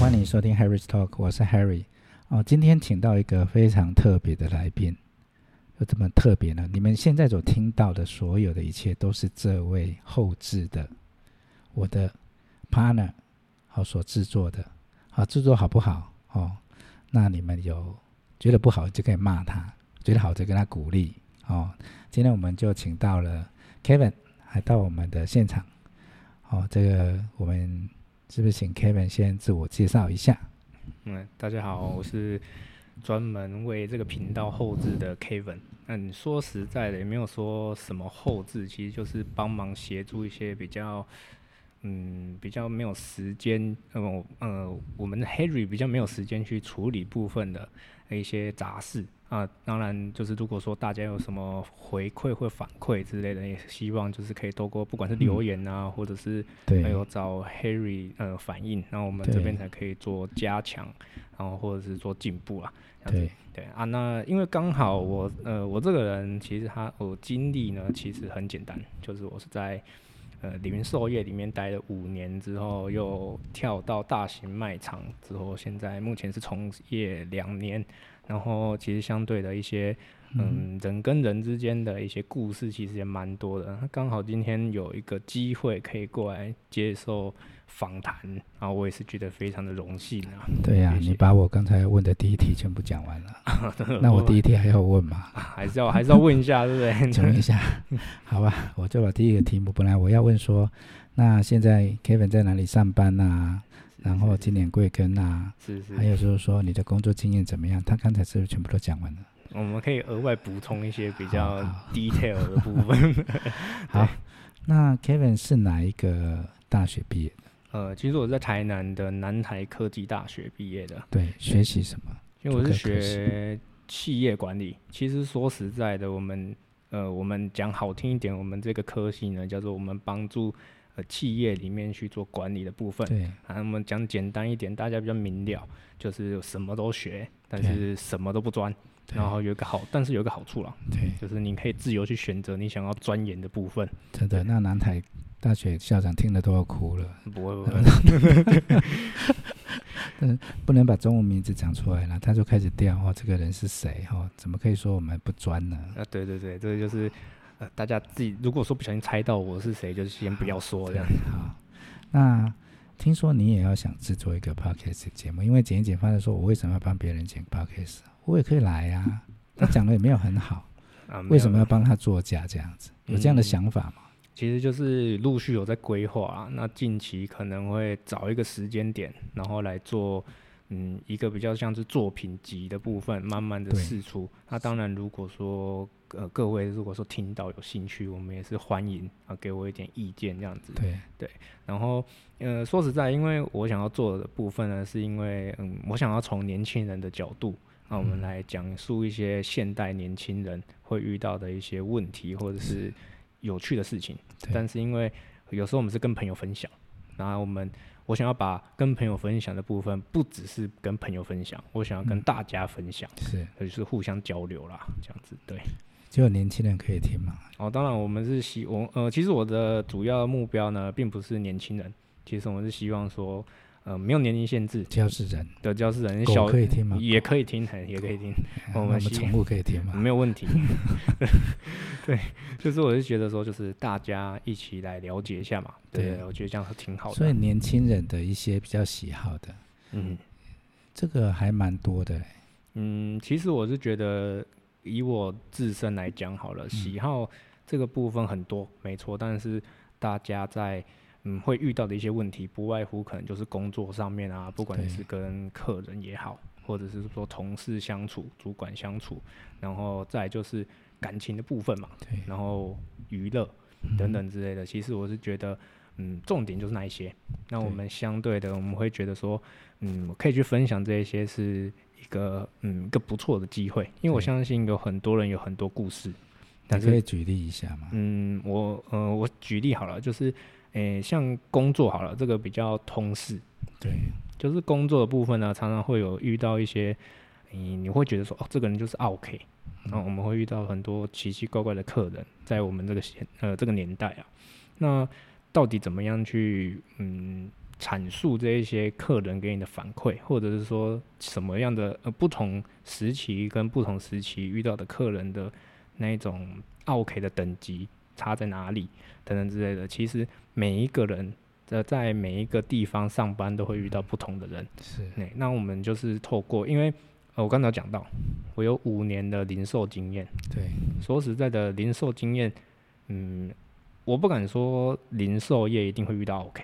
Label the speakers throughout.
Speaker 1: 欢迎收听 Harry's Talk，我是 Harry。哦，今天请到一个非常特别的来宾，有这么特别呢？你们现在所听到的所有的一切，都是这位后置的我的 partner 好、所制作的。好、制作好不好？哦，那你们有觉得不好就可以骂他，觉得好就跟他鼓励。哦，今天我们就请到了 Kevin，还到我们的现场。哦，这个我们是不是请 Kevin 先自我介绍一下？
Speaker 2: 嗯，大家好，我是专门为这个频道后置的 Kevin。那你说实在的，也没有说什么后置，其实就是帮忙协助一些比较，嗯，比较没有时间，呃，呃，我们的 Harry 比较没有时间去处理部分的一些杂事啊。当然，就是如果说大家有什么回馈或反馈之类的，也希望就是可以透过不管是留言啊，或者是
Speaker 1: 对，
Speaker 2: 还有找 Harry 呃反映，然后我们这
Speaker 1: 对
Speaker 2: 边才可以做加强，然后或者是做进步啊。这样子
Speaker 1: 对，
Speaker 2: 对啊，那因为刚好我呃我这个人其实他我经历呢其实很简单，就是我是在呃零售业里面待了五年之后，又跳到大型卖场之后，现在目前是从业两年，然后其实相对的一些。嗯，人跟人之间的一些故事其实也蛮多的。那刚好今天有一个机会可以过来接受访谈，然后我也是觉得非常的荣幸啊。
Speaker 1: 对呀、
Speaker 2: 谢谢
Speaker 1: 你把我刚才问的第一题全部讲完 了，那我第一题还要问吗？
Speaker 2: 还是要还是要问一下，对不 对？
Speaker 1: 请问一下，好吧，我就把第一个题目，本来我要问说，那现在 Kevin 在哪里上班呐、然后今年贵庚呐、
Speaker 2: 是是，
Speaker 1: 还有就是说你的工作经验怎么样？他刚才是不是全部都讲完了？
Speaker 2: 我们可以额外补充一些比较
Speaker 1: 好好
Speaker 2: detail 的部 分。
Speaker 1: 好，那 Kevin 是哪一个大学毕业的？
Speaker 2: 呃，其实我在台南的南台科技大学毕业的，
Speaker 1: 对，学习什么？
Speaker 2: 因为我
Speaker 1: 这
Speaker 2: 是
Speaker 1: 个可惜
Speaker 2: 学企业管理。其实说实在的，我们呃，我们讲好听一点，我们这个科系呢，叫做我们帮助呃企业里面去做管理的部分。
Speaker 1: 对，
Speaker 2: 啊，我们讲简单一点，大家比较明了，就是什么都学，但
Speaker 1: 对
Speaker 2: 是什么都不专。
Speaker 1: 对
Speaker 2: 然后有一个好，但是有一个好处啦，
Speaker 1: 对，
Speaker 2: 就是你可以自由去选择你想要钻研的部分。
Speaker 1: 真的，那南台大学校长听了都要哭了，
Speaker 2: 不会不会，
Speaker 1: 不能把中文名字讲出来了，他就开始调哦，这个人是谁哦？怎么可以说我们不专呢？
Speaker 2: 啊，对对对，这个就是呃，大家自己如果说不小心猜到我是谁，就是先不要说这样。
Speaker 1: 好，那听说你也要想制作一个 podcast 节目，因为剪一剪发现说，我为什么要帮别人剪 podcast？我也可以来呀、啊。他讲的也没有很好，
Speaker 2: 啊，没
Speaker 1: 为
Speaker 2: 有
Speaker 1: 什么
Speaker 2: 没
Speaker 1: 要
Speaker 2: 有？
Speaker 1: 帮他作假这样子？有这样的想法吗？
Speaker 2: 其实就是陆续有在规划啊，那近期可能会找一个时间点，然后来做。嗯，一个比较像是作品集的部分，慢慢的
Speaker 1: 对
Speaker 2: 试出。那当然，如果说呃各位如果说听到有兴趣，我们也是欢迎啊，给我一点意见这样子。
Speaker 1: 对
Speaker 2: 然后，呃，说实在，因为我想要做的部分呢，是因为，嗯，我想要从年轻人的角度，那我们来讲述一些现代年轻人会遇到的一些问题，或者是有趣的事情。
Speaker 1: 对
Speaker 2: 但是因为有时候我们是跟朋友分享，然后我们我想要把跟朋友分享的部分，不只是跟朋友分享，我想要跟大家分享，
Speaker 1: 是，
Speaker 2: 就是互相交流啦，这样子，对。
Speaker 1: 只有年轻人可以听嘛？
Speaker 2: 哦，当然我们是希我呃，其实我的主要目标呢，并不是年轻人，其实我们是希望说，呃，没有年龄限制
Speaker 1: 只要是人，
Speaker 2: 的教师人
Speaker 1: 狗
Speaker 2: 小
Speaker 1: 可以听吗？
Speaker 2: 也可以听，嘿也可以听，
Speaker 1: 哎
Speaker 2: 我
Speaker 1: 那我
Speaker 2: 们
Speaker 1: 们
Speaker 2: 希
Speaker 1: 宠物可以听吗？
Speaker 2: 没有问题。 对，就是我是觉得说，就是大家一起来了解一下嘛，对不
Speaker 1: 对
Speaker 2: 对，我觉得这样是挺好
Speaker 1: 所以
Speaker 2: 的。
Speaker 1: 年轻人的一些比较喜好的，
Speaker 2: 嗯
Speaker 1: 这个还蛮多的、哎
Speaker 2: 嗯，其实我是觉得，以我自身来讲好了，喜好这个部分很多，没错，但是大家在嗯会遇到的一些问题，不外乎可能就是工作上面啊，不管
Speaker 1: 对
Speaker 2: 你是跟客人也好，或者是说同事相处、主管相处，然后再来就是感情的部分嘛，
Speaker 1: 对，
Speaker 2: 然后娱乐
Speaker 1: 嗯
Speaker 2: 等等之类的。其实我是觉得，嗯，重点就是那一些。那我
Speaker 1: 对
Speaker 2: 们相对的，我们会觉得说，嗯，我可以去分享这一些是一个嗯一个不错的机会，因为我
Speaker 1: 对
Speaker 2: 相信有很多人有很多故事，但
Speaker 1: 你可
Speaker 2: 是
Speaker 1: 以举例一下吗？
Speaker 2: 嗯，我呃我举例好了，就是诶、像工作好了，这个比较通识，
Speaker 1: 对，
Speaker 2: 就是工作的部分呢，常常会有遇到一些，你你会觉得说，哦，这个人就是 OK，然后我们会遇到很多奇奇怪怪的客人，在我们这个现呃这个年代啊，那到底怎么样去嗯阐述这一些客人给你的反馈，或者是说什么样的呃不同时期跟不同时期遇到的客人的那一种啊 OK 的等级差在哪里等等之类的。其实每一个人呃在每一个地方上班都会遇到不同的人，
Speaker 1: 是
Speaker 2: 对，那我们就是透过，因为呃我刚才有讲到，我有五年的零售经验，
Speaker 1: 对，
Speaker 2: 说实在的，零售经验，嗯，我不敢说零售业一定会遇到 OK，、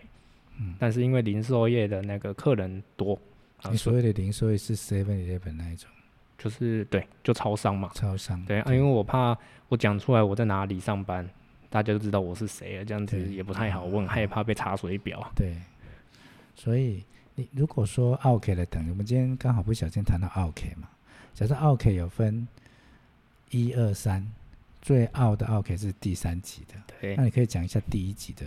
Speaker 1: 嗯
Speaker 2: 但是因为零售业的那个客人多，啊
Speaker 1: 你，所谓的零售业是 Seven Eleven 那一种
Speaker 2: 就是对，就超商嘛，
Speaker 1: 超商，
Speaker 2: 对啊，因为我怕我讲出来我在哪里上班，大家都知道我是谁了，这样子
Speaker 1: 对嗯
Speaker 2: 也不太好，我很害怕被查水表啊。
Speaker 1: 对，所以你如果说 OK 的等级，我们今天刚好不小心谈到 OK 嘛，假设 OK 有分一二三，最奥的 OK 是第三级的，
Speaker 2: 对
Speaker 1: 那，你可以讲一下第一级的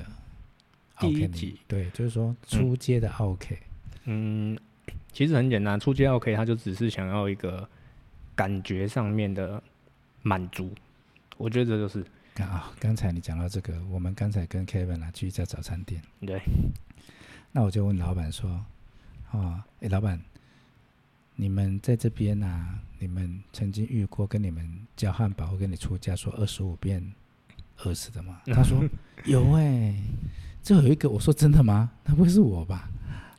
Speaker 1: OK
Speaker 2: 第一
Speaker 1: 你
Speaker 2: 级
Speaker 1: 对，就是说初阶的 OK，、
Speaker 2: 嗯，其实很简单，出街 OK，他就只是想要一个感觉上面的满足，我觉得这就是
Speaker 1: 刚啊，刚才你讲到这个，我们刚才跟 Kevin 啊去一家早餐店，
Speaker 2: 对，
Speaker 1: 那我就问老板说，哦，诶，老板，你们在这边啊，你们曾经遇过跟你们交汉堡或跟你出价说二十五变二十的吗？他说有哎、这有一个，我说真的吗？那不会是我吧？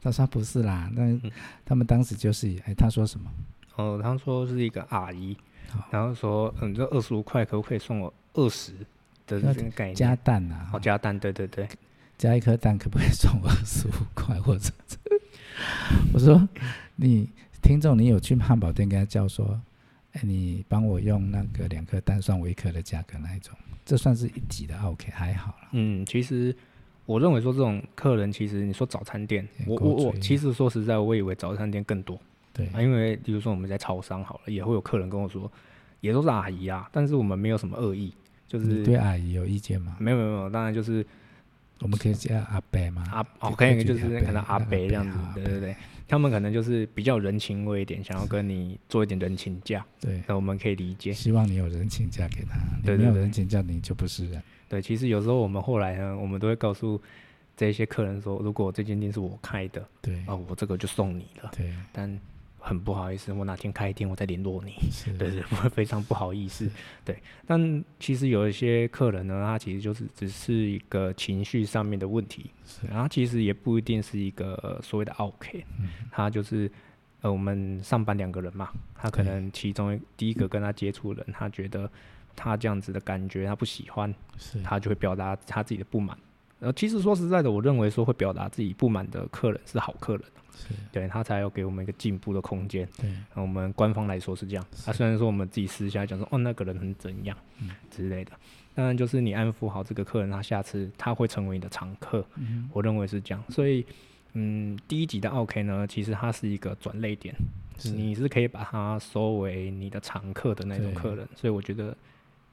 Speaker 1: 他说啊不是啦，那他们当时就是以，哎，他说什么？
Speaker 2: 哦，他说是一个阿姨
Speaker 1: 好，
Speaker 2: 然后说，嗯，这二十五块可不可以送我二十的
Speaker 1: 那
Speaker 2: 这个概念？
Speaker 1: 加蛋啊，
Speaker 2: 哦，加蛋，对对对，
Speaker 1: 加一颗蛋可不可以送我二十五块？或者 是我说你听众，你有去汉堡店跟他叫说，哎，你帮我用那个两颗蛋算我一颗的价格那一种，这算是一级的啊 OK，还好啦。
Speaker 2: 嗯，其实我认为说这种客人，其实你说早餐店，
Speaker 1: 也
Speaker 2: 我
Speaker 1: 够
Speaker 2: 我我
Speaker 1: 追
Speaker 2: 其实说实在，我以为早餐店更多，
Speaker 1: 对
Speaker 2: 啊，因为比如说我们在超商好了，也会有客人跟我说，也都是阿姨啊，但是我们没有什么恶意，就是嗯
Speaker 1: 你嗯对啊阿姨有意见吗？
Speaker 2: 啊没有没有没有，当然就是
Speaker 1: 我们可以叫阿伯吗？
Speaker 2: 阿
Speaker 1: 就
Speaker 2: ，OK，
Speaker 1: 就
Speaker 2: 就
Speaker 1: 就是阿
Speaker 2: 是
Speaker 1: 伯
Speaker 2: 可能阿
Speaker 1: 阿伯
Speaker 2: 北这样子
Speaker 1: 阿，
Speaker 2: 对
Speaker 1: 伯
Speaker 2: 对对，他们可能就是比较人情味一点，想要跟你做一点人情价，
Speaker 1: 对，
Speaker 2: 那我们可以理解。
Speaker 1: 希望你有人情价给他，你
Speaker 2: 对
Speaker 1: 没有
Speaker 2: 对对
Speaker 1: 人情价你就不是人。
Speaker 2: 对，其实有时候我们后来呢，我们都会告诉这些客人说，如果这间店是我开的，
Speaker 1: 对
Speaker 2: 啊，我这个就送你了。
Speaker 1: 对
Speaker 2: 但很不好意思，我哪天开店我再联络你。
Speaker 1: 是，
Speaker 2: 对对，我非常不好意思。对，但其实有一些客人呢，他其实就是只是一个情绪上面的问题，
Speaker 1: 是
Speaker 2: 然后其实也不一定是一个、呃所谓的 OK，、
Speaker 1: 嗯
Speaker 2: 他就是呃我们上班两个人嘛，他可能其中一第一个跟他接触的人，他觉得他这样子的感觉他不喜欢，
Speaker 1: 是
Speaker 2: 他就会表达他自己的不满。呃，其实说实在的，我认为说会表达自己不满的客人是好客人，
Speaker 1: 是，
Speaker 2: 对他才有给我们一个进步的空间。
Speaker 1: 对
Speaker 2: 那我们官方来说是这样，啊，虽然说我们自己私下讲说，哦，那个人很怎样
Speaker 1: 嗯
Speaker 2: 之类的，当然就是你安抚好这个客人，他下次他会成为你的常客，
Speaker 1: 嗯
Speaker 2: 我认为是这样。所以，嗯，第一集的 OK 呢，其实它是一个转类点，
Speaker 1: 是
Speaker 2: 你是可以把它收为你的常客的那种
Speaker 1: 对
Speaker 2: 客人，所以我觉得，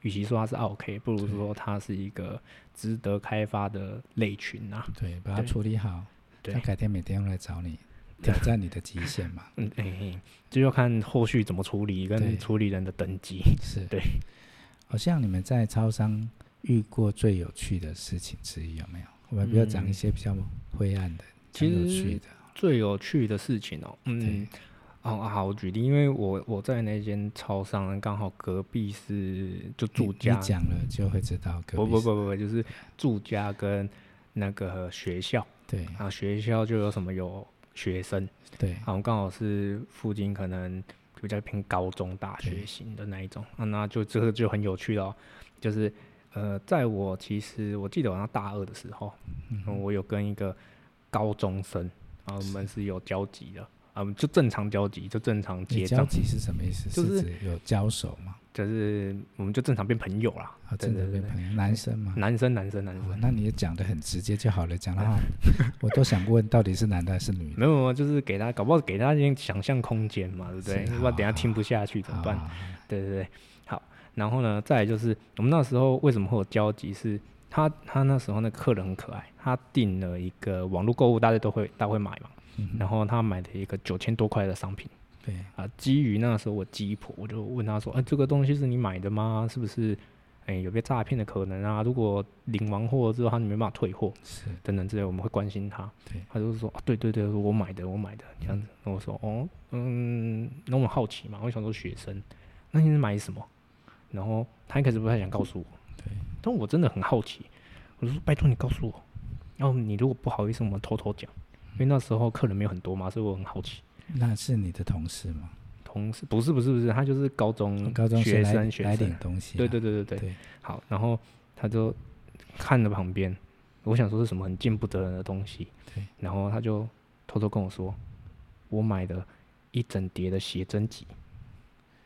Speaker 2: 与其说它是 OK，不如说它是一个值得开发的类群啊。
Speaker 1: 对，把它
Speaker 2: 对
Speaker 1: 处理好，
Speaker 2: 对
Speaker 1: 他改天每天用来找你，挑战你的极限嘛。
Speaker 2: 嗯，哎、嘿这就看后续怎么处理
Speaker 1: 对
Speaker 2: 跟处理人的等级。
Speaker 1: 是，
Speaker 2: 对。
Speaker 1: 好像你们在超商遇过最有趣的事情之一有没有？我们不要讲一
Speaker 2: 嗯
Speaker 1: 些比较灰暗的，
Speaker 2: 其
Speaker 1: 讲有
Speaker 2: 实
Speaker 1: 趣的。
Speaker 2: 最有趣的事情哦，嗯
Speaker 1: 对，，
Speaker 2: 哦啊，好我举例，因为我我在那间超商，刚好隔壁是就住
Speaker 1: 你
Speaker 2: 家
Speaker 1: 你，讲了就会知道隔
Speaker 2: 不
Speaker 1: 壁
Speaker 2: 不
Speaker 1: 是，
Speaker 2: 不不不，就是住家跟那个学校
Speaker 1: 对
Speaker 2: 啊，学校就有什么有学生，
Speaker 1: 对
Speaker 2: 啊，我刚好是附近可能比较偏高中大
Speaker 1: 对
Speaker 2: 学型的那一种，啊，那就这个就很有趣了哦，就是呃，在我其实我记得我好像大二的时候，嗯、我有跟一个高中生啊，我们是有交集的，啊，就正常交集，就正常
Speaker 1: 你
Speaker 2: 结
Speaker 1: 交
Speaker 2: 账，
Speaker 1: 集是什么意思？
Speaker 2: 就是
Speaker 1: 指有交手嘛？
Speaker 2: 就是我们就正常变朋友啦，
Speaker 1: 啊，
Speaker 2: 对
Speaker 1: 真的
Speaker 2: 对
Speaker 1: 变
Speaker 2: 对
Speaker 1: 朋友，男生嘛。
Speaker 2: 男生男生男
Speaker 1: 哦
Speaker 2: 生，
Speaker 1: 那你也讲的很直接就好了， 讲的话我都想问到底是男的还是女的？
Speaker 2: 没有没有，就是给他搞不好给他一点想象空间嘛，对不对？
Speaker 1: 是
Speaker 2: 要不然等
Speaker 1: 好
Speaker 2: 下
Speaker 1: 好
Speaker 2: 听不下去 怎么办？
Speaker 1: 好好好
Speaker 2: 对对对，好。然后呢，再来就是我们那时候为什么会有交集是？他他那时候那个客人很可爱，他订了一个网络购物，大家都会大家会买嘛。
Speaker 1: 嗯哼
Speaker 2: 然后他买了一个九千多块的商品
Speaker 1: 对
Speaker 2: 啊，基于那时候我鸡婆，我就问他说：“哎、这个东西是你买的吗？是不是？哎、哎、有被诈骗的可能啊，如果领完货之后他没办法退货
Speaker 1: 是
Speaker 2: 等等之类，我们会关心他。
Speaker 1: 对嗯
Speaker 2: 他就说啊，对对对，我买的，我买的这样子。那我说哦，嗯，那我很好奇嘛，我想说学生，那你是买什么？然后他一开始不太想告诉我，
Speaker 1: 对，
Speaker 2: 但我真的很好奇，我就说拜托你告诉我。然后你如果不好意思，我们偷偷讲，
Speaker 1: 嗯
Speaker 2: 因为那时候客人没有很多嘛，所以我很好奇。
Speaker 1: 那是你的同事吗？
Speaker 2: 同事不是不是不是，他就是高中
Speaker 1: 高中
Speaker 2: 嗯学
Speaker 1: 生来
Speaker 2: 生学
Speaker 1: 来
Speaker 2: 生
Speaker 1: 领，东西啊，
Speaker 2: 对对对对对。
Speaker 1: 对，
Speaker 2: 好，然后他就看着旁边，我想说是什么很见不得人的东西，
Speaker 1: 对，
Speaker 2: 然后他就偷偷跟我说，我买了一整叠的写真集，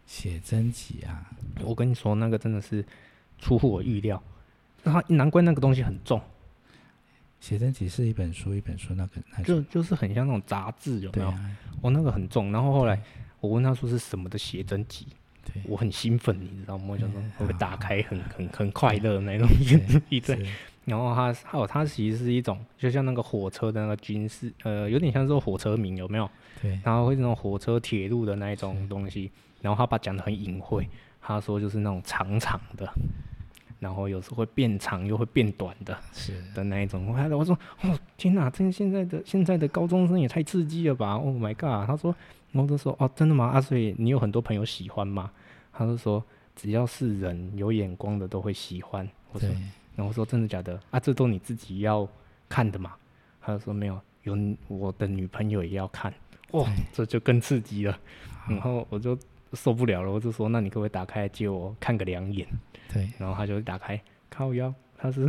Speaker 1: 写真集啊，
Speaker 2: 我跟你说那个真的是出乎我预料，他难怪那个东西很重，
Speaker 1: 写真集是一本书一本书那个那
Speaker 2: 就
Speaker 1: 种，
Speaker 2: 就是很像那种杂志，有没
Speaker 1: 对
Speaker 2: 有？
Speaker 1: 啊，
Speaker 2: 哦，那个很重，然后后来。我问他说是什么的写真集，
Speaker 1: 对，
Speaker 2: 我很兴奋，你知道吗？我想说
Speaker 1: 嗯
Speaker 2: 会不会
Speaker 1: 好
Speaker 2: 打开很很很快乐那种
Speaker 1: 对
Speaker 2: 一对，
Speaker 1: 是
Speaker 2: 然后它还有它其实是一种，就像那个火车的那个军事，呃，有点像是火车名有没有？
Speaker 1: 对，
Speaker 2: 然后会那种火车、铁路的那一种东西。然后他把讲的很隐晦，他说就是那种长长的，然后有时候会变长又会变短的
Speaker 1: 是
Speaker 2: 的那一种。我还我说哦天哪，这现在的现在的高中生也太刺激了吧！Oh my god！他说，然后就说哦真的吗？啊，所以你有很多朋友喜欢吗？他就说只要是人有眼光的都会喜欢。我说
Speaker 1: 对，
Speaker 2: 然后我说真的假的啊？这都你自己要看的嘛？他就说没有，有我的女朋友也要看，哇，这就更刺激了。然后我就受不了了，我就说那你可不可以打开借我看个两眼？
Speaker 1: 对，
Speaker 2: 然后他就打开靠腰，他是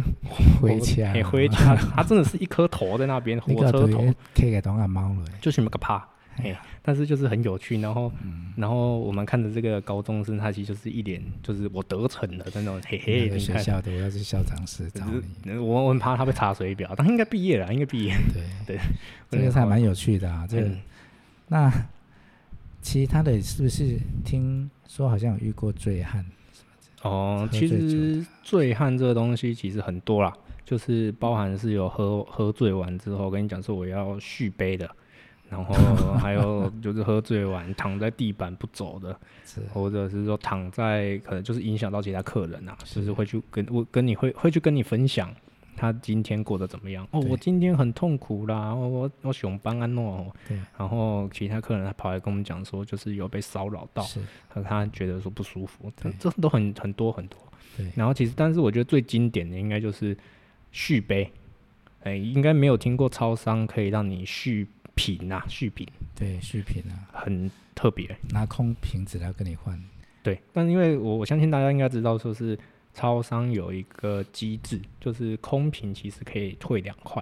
Speaker 1: 回家
Speaker 2: 哎灰枪，他真的是一颗头在那边，火
Speaker 1: 你搞
Speaker 2: 车
Speaker 1: 对
Speaker 2: 头，
Speaker 1: K 给东阿猫了欸，
Speaker 2: 就是那么个怕。哎，但是就是很有趣，然后，
Speaker 1: 嗯
Speaker 2: 然后我们看着这个高中生，他其实就是一脸就是我得逞了的那种，嘿嘿，
Speaker 1: 那个
Speaker 2: 你
Speaker 1: 学
Speaker 2: 看，
Speaker 1: 校的，我要是校长室找
Speaker 2: 只是
Speaker 1: 你，
Speaker 2: 嗯我我很怕他被查水表，他应该毕业了，应该毕业。
Speaker 1: 对
Speaker 2: 嗯 对，
Speaker 1: 这个是还蛮有趣的啊，这个
Speaker 2: 嗯
Speaker 1: 那其他的是不是听说好像有遇过醉汉？
Speaker 2: 哦，
Speaker 1: 喝
Speaker 2: 其
Speaker 1: 醉酒
Speaker 2: 实醉汉这个东西其实很多啦，就是包含是有喝喝醉完之后跟你讲说我要续杯的，然后还有就是喝醉完躺在地板不走的，
Speaker 1: 是
Speaker 2: 或者是说躺在可能就是影响到其他客人啊，就是会去跟我跟你会会去跟你分享。他今天过得怎么样？哦，
Speaker 1: 对
Speaker 2: 我今天很痛苦啦，哦、我我熊班安诺、哦，
Speaker 1: 对，
Speaker 2: 然后其他客人他跑来跟我们讲说，就是有被骚扰到，
Speaker 1: 是，
Speaker 2: 和他觉得说不舒服，这
Speaker 1: 对
Speaker 2: 这都很很多很多。
Speaker 1: 对，
Speaker 2: 然后其实，但是我觉得最经典的应该就是续杯，哎、应该没有听过超商可以让你续瓶啊，续瓶
Speaker 1: 对，续瓶啊，
Speaker 2: 很特别。
Speaker 1: 拿空瓶子来跟你换，
Speaker 2: 对，但因为我我相信大家应该知道，说是超商有一个机制，就是空瓶其实可以退两块。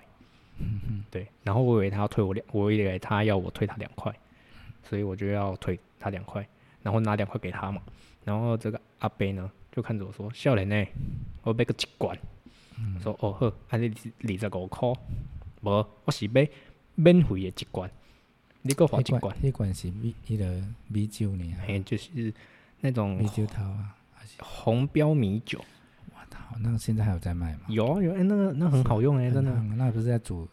Speaker 1: 嗯嗯，
Speaker 2: 对，然后我以为他要退我两，我以为他要我退他两块，所以我就要退他两块，然后拿两块给他嘛。然后这个阿伯呢，就看着我说：“笑脸呢，我买个一罐。我说：“哦好，啊你二十五块，无我是买免费的一罐，你给我还
Speaker 1: 一
Speaker 2: 一罐
Speaker 1: 罐，一罐是米一个米酒呢啊，
Speaker 2: 嘿，就是那种
Speaker 1: 米酒桃啊，
Speaker 2: 红标米酒，
Speaker 1: 我操，那个现在还有在卖吗？
Speaker 2: 有啊有啊，哎、那个那很好用哎、真
Speaker 1: 很
Speaker 2: 的，
Speaker 1: 烫啊那不是在煮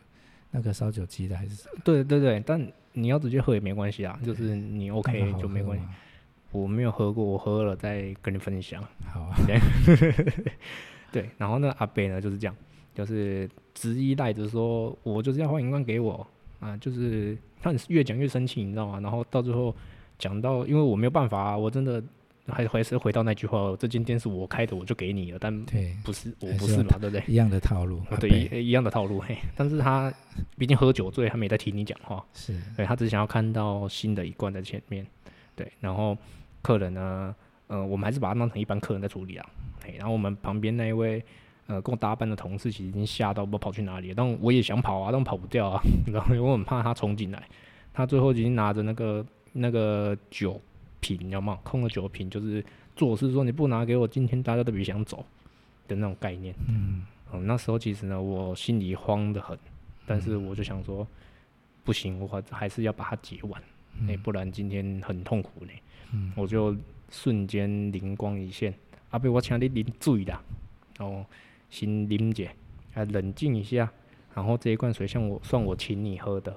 Speaker 1: 那个烧酒鸡的还是什么
Speaker 2: 对对对，但你要直接喝也没关系啊，就是你 OK 就没关系。。我没有喝过，我喝了再跟你分享。
Speaker 1: 那个好喝吗好啊，
Speaker 2: 对，然后呢，阿北呢就是这样，就是执意赖着说，我就是要换一罐给我啊，就是他很越讲越生气，你知道吗？然后到最后讲到，因为我没有办法、啊，我真的还还是回到那句话，这间店是我开的，我就给你了，但
Speaker 1: 对，
Speaker 2: 不是我
Speaker 1: 还
Speaker 2: 不
Speaker 1: 是
Speaker 2: 是
Speaker 1: 要
Speaker 2: 嘛，对不对？
Speaker 1: 一样的套路，阿
Speaker 2: 对
Speaker 1: 贝
Speaker 2: 一一样的套路嘿，但是他毕竟喝酒醉，他没在听你讲话，
Speaker 1: 是
Speaker 2: 对他只想要看到新的一罐在前面，对，然后客人呢，呃，我们还是把他当成一般客人在处理啊，嘿，然后我们旁边那一位，呃，跟我搭班的同事其实已经吓到不知道跑去哪里了，但我也想跑啊，但我跑不掉啊， 然后我很怕他冲进来，他最后已经拿着那个那个酒瓶，有没有空的酒瓶，就是做事说你不拿给我，今天大家都别想走的那种概念，
Speaker 1: 嗯，
Speaker 2: 嗯，那时候其实呢，我心里慌得很，但是我就想说，不行，我还是要把它解完，哎、不然今天很痛苦呢。
Speaker 1: 嗯
Speaker 2: 我就瞬间灵光一现，阿伯，我请你啉水啦，然后先啉者，啊，冷静一下，然后
Speaker 1: 嗯
Speaker 2: 这一罐水像我算我请你喝的，